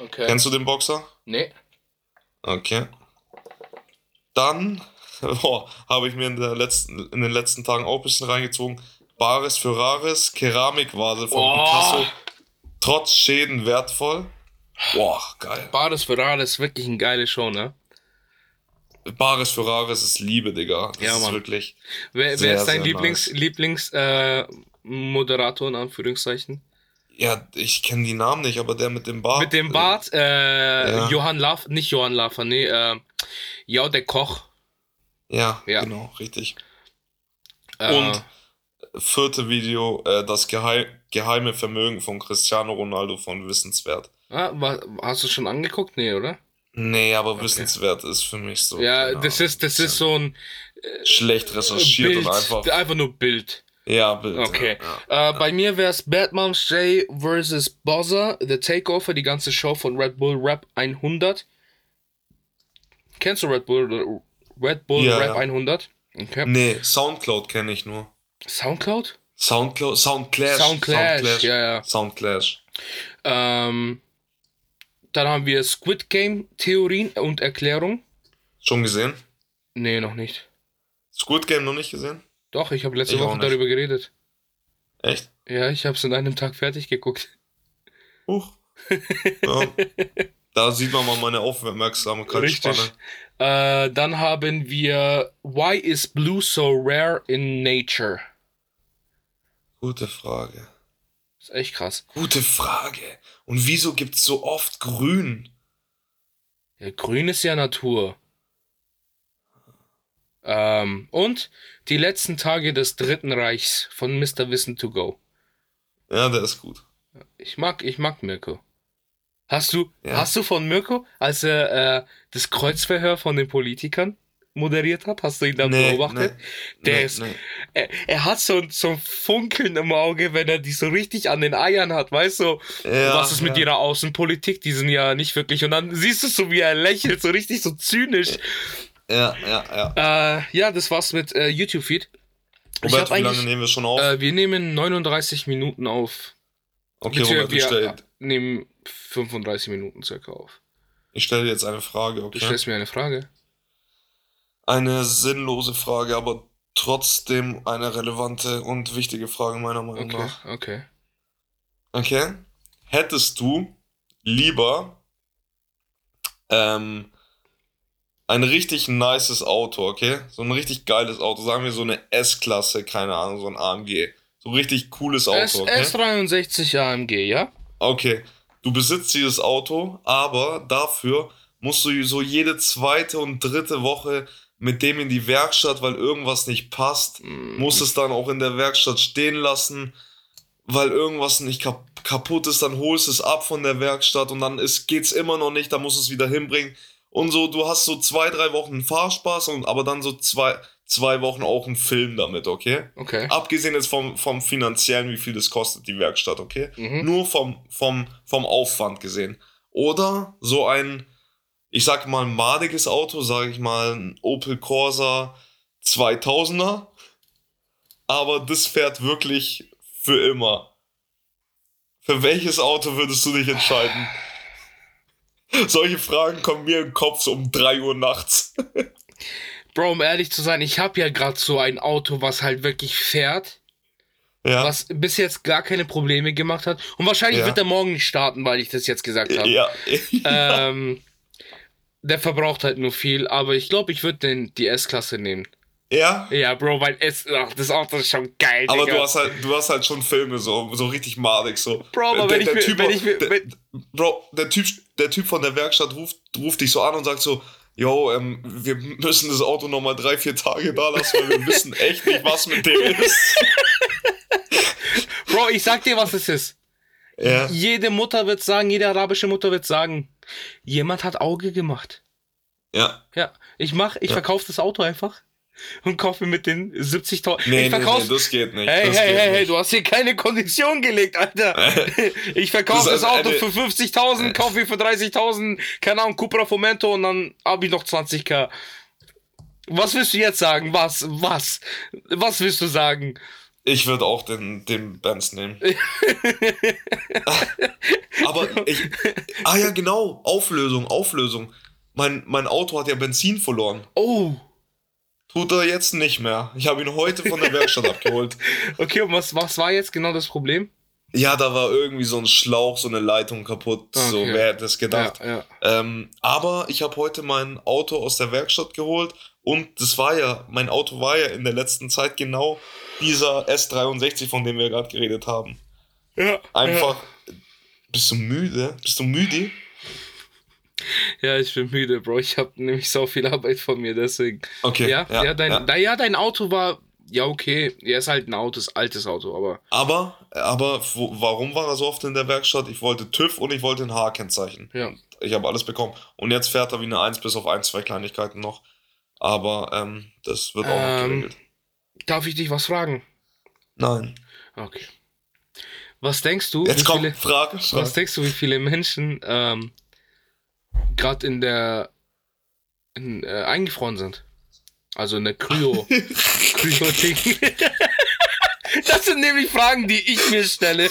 Speaker 2: Okay.
Speaker 1: Kennst du den Boxer?
Speaker 2: nee.
Speaker 1: Okay. Dann boah, habe ich mir in, der letzten, in den letzten Tagen auch ein bisschen reingezogen. Bares für Rares, Keramikvase von
Speaker 2: Oh.
Speaker 1: Picasso. Trotz Schäden wertvoll. Boah, geil.
Speaker 2: Bades für Rades, wirklich eine geile Show, ne?
Speaker 1: Bares für Rares ist Liebe, Digga. Das
Speaker 2: Ja,
Speaker 1: ist
Speaker 2: Mann.
Speaker 1: wirklich.
Speaker 2: Wer,
Speaker 1: Sehr,
Speaker 2: wer ist dein
Speaker 1: sehr
Speaker 2: Lieblings,
Speaker 1: nice.
Speaker 2: Lieblings äh, Moderator in Anführungszeichen?
Speaker 1: Ja, ich kenne die Namen nicht, aber der mit dem Bart.
Speaker 2: Mit dem Bart, äh,
Speaker 1: Ja.
Speaker 2: Johann Laf, nicht Johann Lafer, nee, äh, ja, der Koch.
Speaker 1: Ja,
Speaker 2: Ja.
Speaker 1: genau, richtig.
Speaker 2: Äh,
Speaker 1: Und? Vierte Video, äh, das Geheim, geheime Vermögen von Cristiano Ronaldo von Wissenswert.
Speaker 2: Ah, wa- hast du schon angeguckt? Nee, oder?
Speaker 1: Nee, aber Wissenswert ist für mich so.
Speaker 2: ja,
Speaker 1: keine
Speaker 2: das
Speaker 1: Ahnung,
Speaker 2: ist, das ist
Speaker 1: bisschen
Speaker 2: so ein
Speaker 1: Schlecht recherchiert
Speaker 2: Bild,
Speaker 1: und einfach.
Speaker 2: einfach nur Bild.
Speaker 1: Ja, Bild.
Speaker 2: Okay.
Speaker 1: Ja,
Speaker 2: äh, Bei mir wäre es Bad Moms J vs. Bozza, The Takeover, die ganze Show von Red Bull Rap 100. Kennst du Red Bull, Red Bull
Speaker 1: Ja, ja.
Speaker 2: Rap 100? Okay.
Speaker 1: ja. Nee, Soundcloud kenne ich nur.
Speaker 2: Soundcloud?
Speaker 1: Soundcloud, Soundclash.
Speaker 2: Soundclash, ja, ja.
Speaker 1: Soundclash.
Speaker 2: Ähm, dann haben wir Squid Game Theorien und Erklärung.
Speaker 1: Schon gesehen?
Speaker 2: Nee, noch nicht.
Speaker 1: Squid Game noch nicht gesehen?
Speaker 2: Doch, ich habe letzte
Speaker 1: Ich auch
Speaker 2: Woche
Speaker 1: nicht.
Speaker 2: darüber geredet.
Speaker 1: Echt?
Speaker 2: Ja, ich habe es in einem Tag fertig geguckt.
Speaker 1: Huch. Ja. Da sieht man mal meine Aufmerksamkeit.
Speaker 2: Richtig. Äh, dann haben wir Why is Blue so rare in nature?
Speaker 1: Gute Frage.
Speaker 2: Ist echt krass.
Speaker 1: Gute Frage. Und wieso gibt's so oft Grün?
Speaker 2: Ja, grün ist ja Natur. Ähm, und die letzten Tage des Dritten Reichs von Mr. Wissen to Go.
Speaker 1: Ja, der ist gut.
Speaker 2: Ich mag, ich mag Mirko. Hast du, ja. hast du von Mirko, als er äh, das Kreuzverhör von den Politikern moderiert hat, hast du ihn dann
Speaker 1: Nee,
Speaker 2: beobachtet? Der
Speaker 1: Nee,
Speaker 2: ist,
Speaker 1: nee.
Speaker 2: Er, er hat so, ein- so ein Funkeln im Auge, wenn er die so richtig an den Eiern hat, weißt du?
Speaker 1: Ja,
Speaker 2: was ist mit
Speaker 1: ja.
Speaker 2: ihrer Außenpolitik? Die sind ja nicht wirklich. Und dann siehst du so, wie er lächelt, so richtig so zynisch.
Speaker 1: Ja, ja, ja.
Speaker 2: Äh, ja, das war's mit äh, YouTube-Feed. Ich
Speaker 1: Roberto,
Speaker 2: hab
Speaker 1: wie lange
Speaker 2: eigentlich.
Speaker 1: nehmen wir schon auf?
Speaker 2: Äh, wir nehmen 39 Minuten auf.
Speaker 1: okay,
Speaker 2: Beziehungsweise
Speaker 1: Roberto, ich
Speaker 2: wir
Speaker 1: stelle
Speaker 2: nehmen 35 Minuten circa auf.
Speaker 1: ich stell dir jetzt eine Frage,
Speaker 2: Du
Speaker 1: okay?
Speaker 2: stellst mir eine Frage.
Speaker 1: Eine sinnlose Frage, aber trotzdem eine relevante und wichtige Frage meiner Meinung
Speaker 2: Okay,
Speaker 1: nach.
Speaker 2: okay.
Speaker 1: Okay. Hättest du lieber ähm, ein richtig nices Auto, okay? So ein richtig geiles Auto, sagen wir so eine S-Klasse, keine Ahnung, so ein AMG. So ein richtig cooles
Speaker 2: S
Speaker 1: Auto, okay?
Speaker 2: S63 AMG, ja?
Speaker 1: Okay. Du besitzt dieses Auto, aber dafür musst du so jede zweite und dritte Woche mit dem in die Werkstatt, weil irgendwas nicht passt
Speaker 2: Mm,
Speaker 1: muss es dann auch in der Werkstatt stehen lassen, weil irgendwas nicht kap kaputt ist, dann holst es ab von der Werkstatt und dann ist, geht's immer noch nicht, dann musst du es wieder hinbringen. Und so, du hast so zwei, drei Wochen Fahrspaß und aber dann so zwei, zwei Wochen auch einen Film damit, okay?
Speaker 2: Okay.
Speaker 1: Abgesehen jetzt vom, vom finanziellen, wie viel das kostet, die Werkstatt, okay?
Speaker 2: Mhm.
Speaker 1: Nur vom, vom, vom Aufwand gesehen. Oder so ein, ich sag mal, madiges Auto, sag ich mal, ein Opel Corsa 2000er. Aber das fährt wirklich für immer. Für welches Auto würdest du dich entscheiden? Solche Fragen kommen mir im Kopf so um 3 Uhr nachts.
Speaker 2: Bro, um ehrlich zu sein, ich habe ja gerade so ein Auto, was halt wirklich fährt.
Speaker 1: Ja.
Speaker 2: was bis jetzt gar keine Probleme gemacht hat. Und wahrscheinlich
Speaker 1: Ja.
Speaker 2: wird er morgen nicht starten, weil ich das jetzt gesagt habe.
Speaker 1: Ja.
Speaker 2: Ähm, der verbraucht halt nur viel, aber ich glaube, ich würde den die S-Klasse nehmen.
Speaker 1: ja.
Speaker 2: Ja, Bro, weil S, ach, das Auto ist schon geil.
Speaker 1: Aber
Speaker 2: Digga.
Speaker 1: du hast halt, du hast halt schon Filme so, so richtig madig so.
Speaker 2: Bro, aber wenn ich mir- wenn ich mir-
Speaker 1: der,
Speaker 2: wenn-
Speaker 1: Bro, der Typ, der Typ von der Werkstatt ruft, ruft dich so an und sagt so, yo, ähm, wir müssen das Auto noch mal drei, vier Tage da lassen, weil wir wissen echt nicht, was mit dem ist.
Speaker 2: Bro, ich sag dir, was es ist.
Speaker 1: Ja.
Speaker 2: Jede Mutter wird sagen, jede arabische Mutter wird sagen, jemand hat Auge gemacht.
Speaker 1: Ja.
Speaker 2: Ja, ich mach, ich verkaufe das Auto einfach und kaufe mir mit den 70.000.
Speaker 1: Nee,
Speaker 2: ich
Speaker 1: nee, nee,
Speaker 2: verkauf's.
Speaker 1: das geht nicht.
Speaker 2: Hey,
Speaker 1: das
Speaker 2: hey,
Speaker 1: geht
Speaker 2: hey, hey,
Speaker 1: nicht.
Speaker 2: du hast hier keine Kondition gelegt, Alter. Ich verkaufe
Speaker 1: Das
Speaker 2: das,
Speaker 1: ist also
Speaker 2: Auto
Speaker 1: eine-
Speaker 2: für 50.000, kaufe ihn für 30.000, keine Ahnung, Cupra Fomento und dann habe ich noch 20k. Was willst du jetzt sagen? Was? Was? Was willst du sagen?
Speaker 1: Ich würde auch den, den Benz nehmen. Aber ich. Ah ja, genau. Auflösung, Auflösung. Mein, mein Auto hat ja Benzin verloren.
Speaker 2: Oh,
Speaker 1: Tut er jetzt nicht mehr. Ich habe ihn heute von der Werkstatt abgeholt.
Speaker 2: okay, und was, was war jetzt genau das Problem?
Speaker 1: Ja, da war irgendwie so ein Schlauch, so eine Leitung kaputt. So,
Speaker 2: Okay.
Speaker 1: wer hätte es gedacht?
Speaker 2: ja.
Speaker 1: Ähm, aber ich habe heute mein Auto aus der Werkstatt geholt und das war ja, mein Auto war ja in der letzten Zeit genau dieser S63, von dem wir gerade geredet haben.
Speaker 2: ja.
Speaker 1: Einfach. Bist du müde? Bist du müde?
Speaker 2: Ja, ich bin müde, Bro. Ich habe nämlich so viel Arbeit von mir, deswegen.
Speaker 1: Okay.
Speaker 2: Ja, ja, dein, Na, ja, dein Auto war. Ja, okay. Er ist halt ein altes, altes Auto, aber.
Speaker 1: Aber, aber wo, warum war er so oft in der Werkstatt? Ich wollte TÜV und ich wollte ein H-Kennzeichen.
Speaker 2: Ja.
Speaker 1: Ich habe alles bekommen. Und jetzt fährt er wie eine 1 bis auf 1, zwei Kleinigkeiten noch. Aber ähm, das wird auch noch
Speaker 2: Ähm.
Speaker 1: geregelt.
Speaker 2: Darf ich dich was fragen?
Speaker 1: Nein.
Speaker 2: Okay. Was denkst du?
Speaker 1: Jetzt
Speaker 2: wie
Speaker 1: komm,
Speaker 2: viele-
Speaker 1: Frage,
Speaker 2: Was
Speaker 1: Frage.
Speaker 2: denkst du, wie viele Menschen ähm, gerade in der in, äh, eingefroren sind? Also in der Kryo. Kryo-Ding. das sind nämlich Fragen, die ich mir stelle.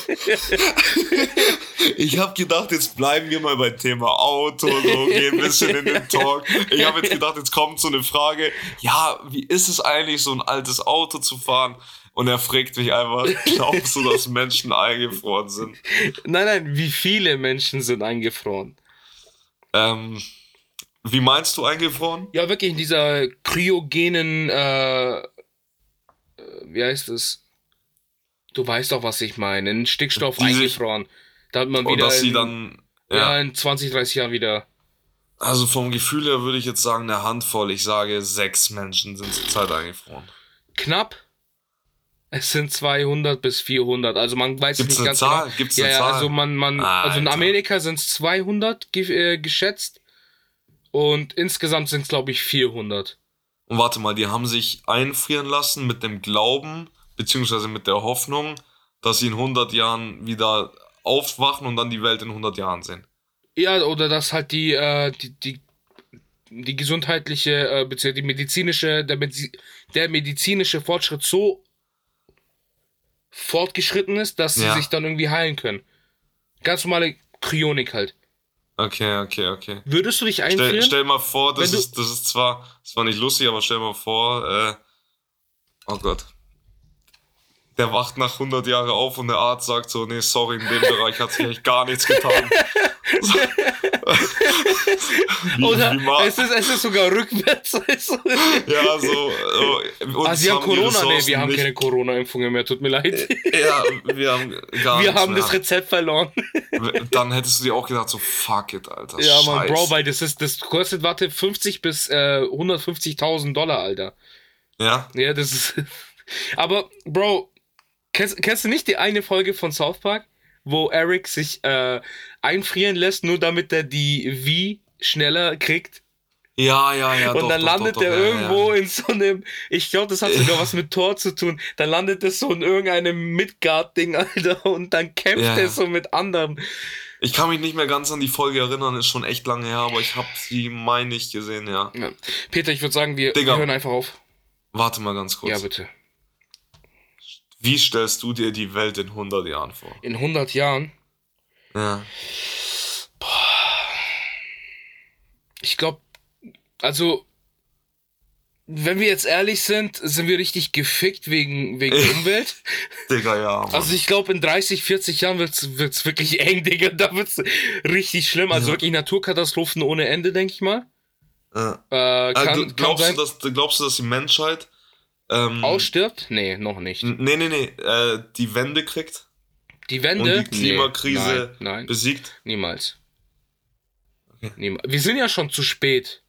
Speaker 1: Ich habe gedacht, jetzt bleiben wir mal beim Thema Auto, so gehen ein bisschen in den Talk. Ich habe jetzt gedacht, jetzt kommt so eine Frage, ja, wie ist es eigentlich, so ein altes Auto zu fahren? Und er fragt mich einfach, glaubst du, dass Menschen eingefroren sind?
Speaker 2: Nein, nein, wie viele Menschen sind eingefroren?
Speaker 1: Ähm, wie meinst du eingefroren?
Speaker 2: Ja, wirklich in dieser kryogenen, äh, äh, wie heißt es? Du weißt doch, was ich meine. In Stickstoff
Speaker 1: Die sich-
Speaker 2: eingefroren. Da hat man wieder.
Speaker 1: Und dass sie
Speaker 2: in,
Speaker 1: dann.
Speaker 2: ja.
Speaker 1: Ja.
Speaker 2: in 20, 30 Jahren wieder.
Speaker 1: Also vom Gefühl her würde ich jetzt sagen, eine Handvoll. Ich sage, sechs Menschen sind zurzeit eingefroren.
Speaker 2: Knapp. Es sind 200 bis 400. Also man weiß
Speaker 1: Gibt's
Speaker 2: nicht
Speaker 1: eine
Speaker 2: ganz
Speaker 1: Zahl?
Speaker 2: genau.
Speaker 1: Gibt's
Speaker 2: Ja,
Speaker 1: eine
Speaker 2: ja,
Speaker 1: Zahl?
Speaker 2: also man, man, also in
Speaker 1: Alter.
Speaker 2: Amerika sind es 200 ge äh, geschätzt. Und insgesamt sind es, glaube ich, 400.
Speaker 1: Und warte mal, die haben sich einfrieren lassen mit dem Glauben, beziehungsweise mit der Hoffnung, dass sie in 100 Jahren wieder aufwachen und dann die Welt in 100 Jahren sehen.
Speaker 2: Ja, oder dass halt die, äh, die, die, die gesundheitliche, äh, beziehungsweise die medizinische, der, Mediz der medizinische Fortschritt so fortgeschritten ist, dass
Speaker 1: Ja.
Speaker 2: sie sich dann irgendwie heilen können. Ganz normale Kryonik halt.
Speaker 1: Okay, okay, okay.
Speaker 2: Würdest du dich einfrieren?
Speaker 1: Stell, stell mal vor, das
Speaker 2: Wenn du-
Speaker 1: ist, das ist zwar, das war nicht lustig, aber stell mal vor, äh, oh Gott. Der wacht nach 100 Jahren auf und der Arzt sagt so, nee, sorry, in dem Bereich hat sich echt gar nichts getan. So. wie,
Speaker 2: Oder
Speaker 1: wie ma-
Speaker 2: es ist, es ist sogar rückwärts. Also,
Speaker 1: ja, so. äh, uns
Speaker 2: ah, sie haben
Speaker 1: die
Speaker 2: Corona? Nee,
Speaker 1: Ressourcen
Speaker 2: wir haben
Speaker 1: nicht- Äh,
Speaker 2: keine Corona-Impfungen mehr, tut mir leid.
Speaker 1: Ja, wir haben gar
Speaker 2: Wir
Speaker 1: nichts
Speaker 2: haben
Speaker 1: mehr.
Speaker 2: das Rezept verloren.
Speaker 1: Dann hättest du dir auch gedacht, so, fuck it, Alter.
Speaker 2: Ja,
Speaker 1: Scheiß.
Speaker 2: Mann, Bro, weil das ist, das kostet, warte, 50 bis äh, 150.000 Dollar, Alter.
Speaker 1: Ja?
Speaker 2: Ja, das ist. Aber, Bro, kennst, kennst du nicht die eine Folge von South Park, wo Eric sich äh, einfrieren lässt, nur damit er die V schneller kriegt?
Speaker 1: Ja, ja, ja.
Speaker 2: und
Speaker 1: doch,
Speaker 2: dann
Speaker 1: doch,
Speaker 2: landet
Speaker 1: doch, doch,
Speaker 2: er
Speaker 1: ja,
Speaker 2: irgendwo
Speaker 1: Ja.
Speaker 2: in so einem, ich glaube, das hat sogar was mit Tor zu tun. Dann landet es so in irgendeinem Midgard-Ding, Alter, und dann kämpft
Speaker 1: Ja, ja.
Speaker 2: er so mit anderen.
Speaker 1: Ich kann mich nicht mehr ganz an die Folge erinnern, ist schon echt lange her, aber ich hab sie, meine ich, gesehen, ja.
Speaker 2: Peter, ich würde sagen, wir,
Speaker 1: Digga.
Speaker 2: wir hören einfach auf.
Speaker 1: Warte mal ganz kurz.
Speaker 2: Ja, bitte.
Speaker 1: Wie stellst du dir die Welt in 100 Jahren vor?
Speaker 2: In 100 Jahren,
Speaker 1: Ja.
Speaker 2: ich glaube, also, wenn wir jetzt ehrlich sind, sind wir richtig gefickt wegen, wegen
Speaker 1: Ey.
Speaker 2: Umwelt.
Speaker 1: Digga, ja. Mann.
Speaker 2: Also ich glaube, in 30, 40 Jahren wird's, wird's wirklich eng, Digga. Da wird's richtig schlimm. Also
Speaker 1: Ja.
Speaker 2: wirklich Naturkatastrophen ohne Ende, denke ich mal.
Speaker 1: ja.
Speaker 2: Äh,
Speaker 1: Äh,
Speaker 2: kann,
Speaker 1: gl-
Speaker 2: kann
Speaker 1: glaubst,
Speaker 2: sein,
Speaker 1: du, dass, glaubst du, dass die Menschheit. Ähm,
Speaker 2: ausstirbt? Nee, noch nicht.
Speaker 1: n- nee, nee, nee. Äh, die Wende kriegt,
Speaker 2: Die Wende?
Speaker 1: Und die Klimakrise
Speaker 2: Nee, nein, nein,
Speaker 1: besiegt?
Speaker 2: niemals.
Speaker 1: Okay.
Speaker 2: Niem Wir sind ja schon zu spät.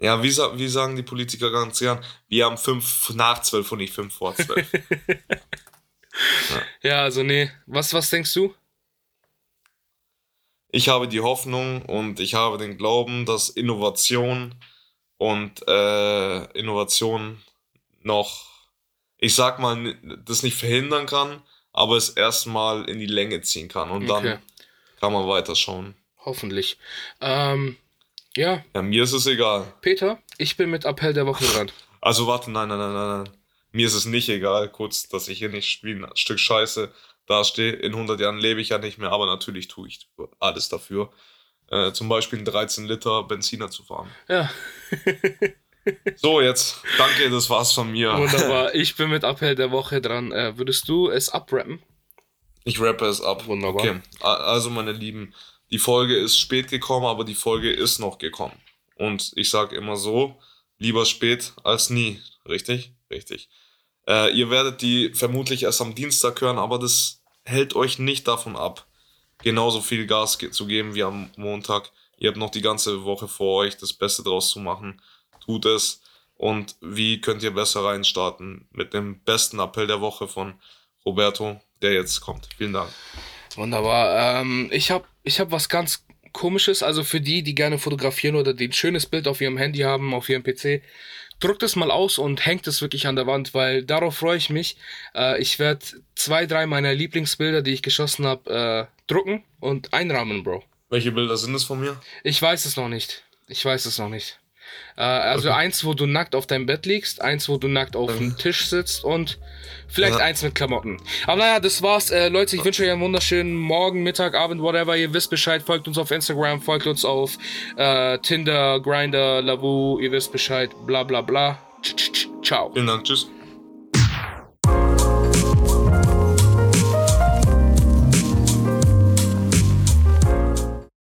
Speaker 1: Ja, wie, sa wie sagen die Politiker ganz gern? Wir haben fünf nach zwölf und nicht fünf vor zwölf.
Speaker 2: Ja, also nee. Was, was denkst du?
Speaker 1: ich habe die Hoffnung und ich habe den Glauben, dass Innovation und äh, Innovation noch, ich sag mal, n- das nicht verhindern kann, aber es erstmal in die Länge ziehen kann und
Speaker 2: Okay.
Speaker 1: dann kann man weiterschauen.
Speaker 2: Hoffentlich. Ähm, ja,
Speaker 1: Ja, mir ist es egal.
Speaker 2: Peter, ich bin mit Appell der Woche dran.
Speaker 1: Also warte, nein, nein, nein, nein, nein. Mir ist es nicht egal, kurz, dass ich hier nicht wie ein Stück Scheiße dastehe. In 100 Jahren lebe ich ja nicht mehr, aber natürlich tue ich alles dafür. Äh, zum Beispiel einen 13 Liter Benziner zu fahren.
Speaker 2: Ja,
Speaker 1: So, jetzt. Danke, das war's von mir.
Speaker 2: wunderbar. Ich bin mit Appell der Woche dran. Äh, würdest du es abrappen?
Speaker 1: Ich rappe es ab.
Speaker 2: Wunderbar.
Speaker 1: Okay. A- Also, meine Lieben, die Folge ist spät gekommen, aber die Folge ist noch gekommen. Und ich sage immer so, lieber spät als nie. Richtig? Richtig. Äh, ihr werdet die vermutlich erst am Dienstag hören, aber das hält euch nicht davon ab, genauso viel Gas ge zu geben wie am Montag. Ihr habt noch die ganze Woche vor euch, das Beste draus zu machen. Tut es. Und wie könnt ihr besser reinstarten? Mit dem besten Appell der Woche von Roberto, der jetzt kommt. Vielen Dank.
Speaker 2: Wunderbar. Ähm, ich habe ich hab was ganz Komisches. Also für die, die gerne fotografieren oder die ein schönes Bild auf ihrem Handy haben, auf ihrem PC, druckt es mal aus und hängt es wirklich an der Wand, weil darauf freue ich mich. Äh, ich werde zwei, drei meiner Lieblingsbilder, die ich geschossen habe, äh, drucken und einrahmen, Bro.
Speaker 1: Welche Bilder sind es von mir?
Speaker 2: Ich weiß es noch nicht. Ich weiß es noch nicht. Äh, also eins, wo du nackt auf deinem Bett liegst, eins, wo du nackt auf dem Tisch sitzt und vielleicht
Speaker 1: Ja.
Speaker 2: eins mit Klamotten. Aber naja, das war's. Äh, Leute, ich wünsche euch einen wunderschönen Morgen, Mittag, Abend, whatever. Ihr wisst Bescheid. Folgt uns auf Instagram, folgt uns auf äh, Tinder, Grinder, Labu. Ihr wisst Bescheid. Bla bla bla. Tsch, tsch, tsch. Ciao.
Speaker 1: Vielen Dank. Tschüss.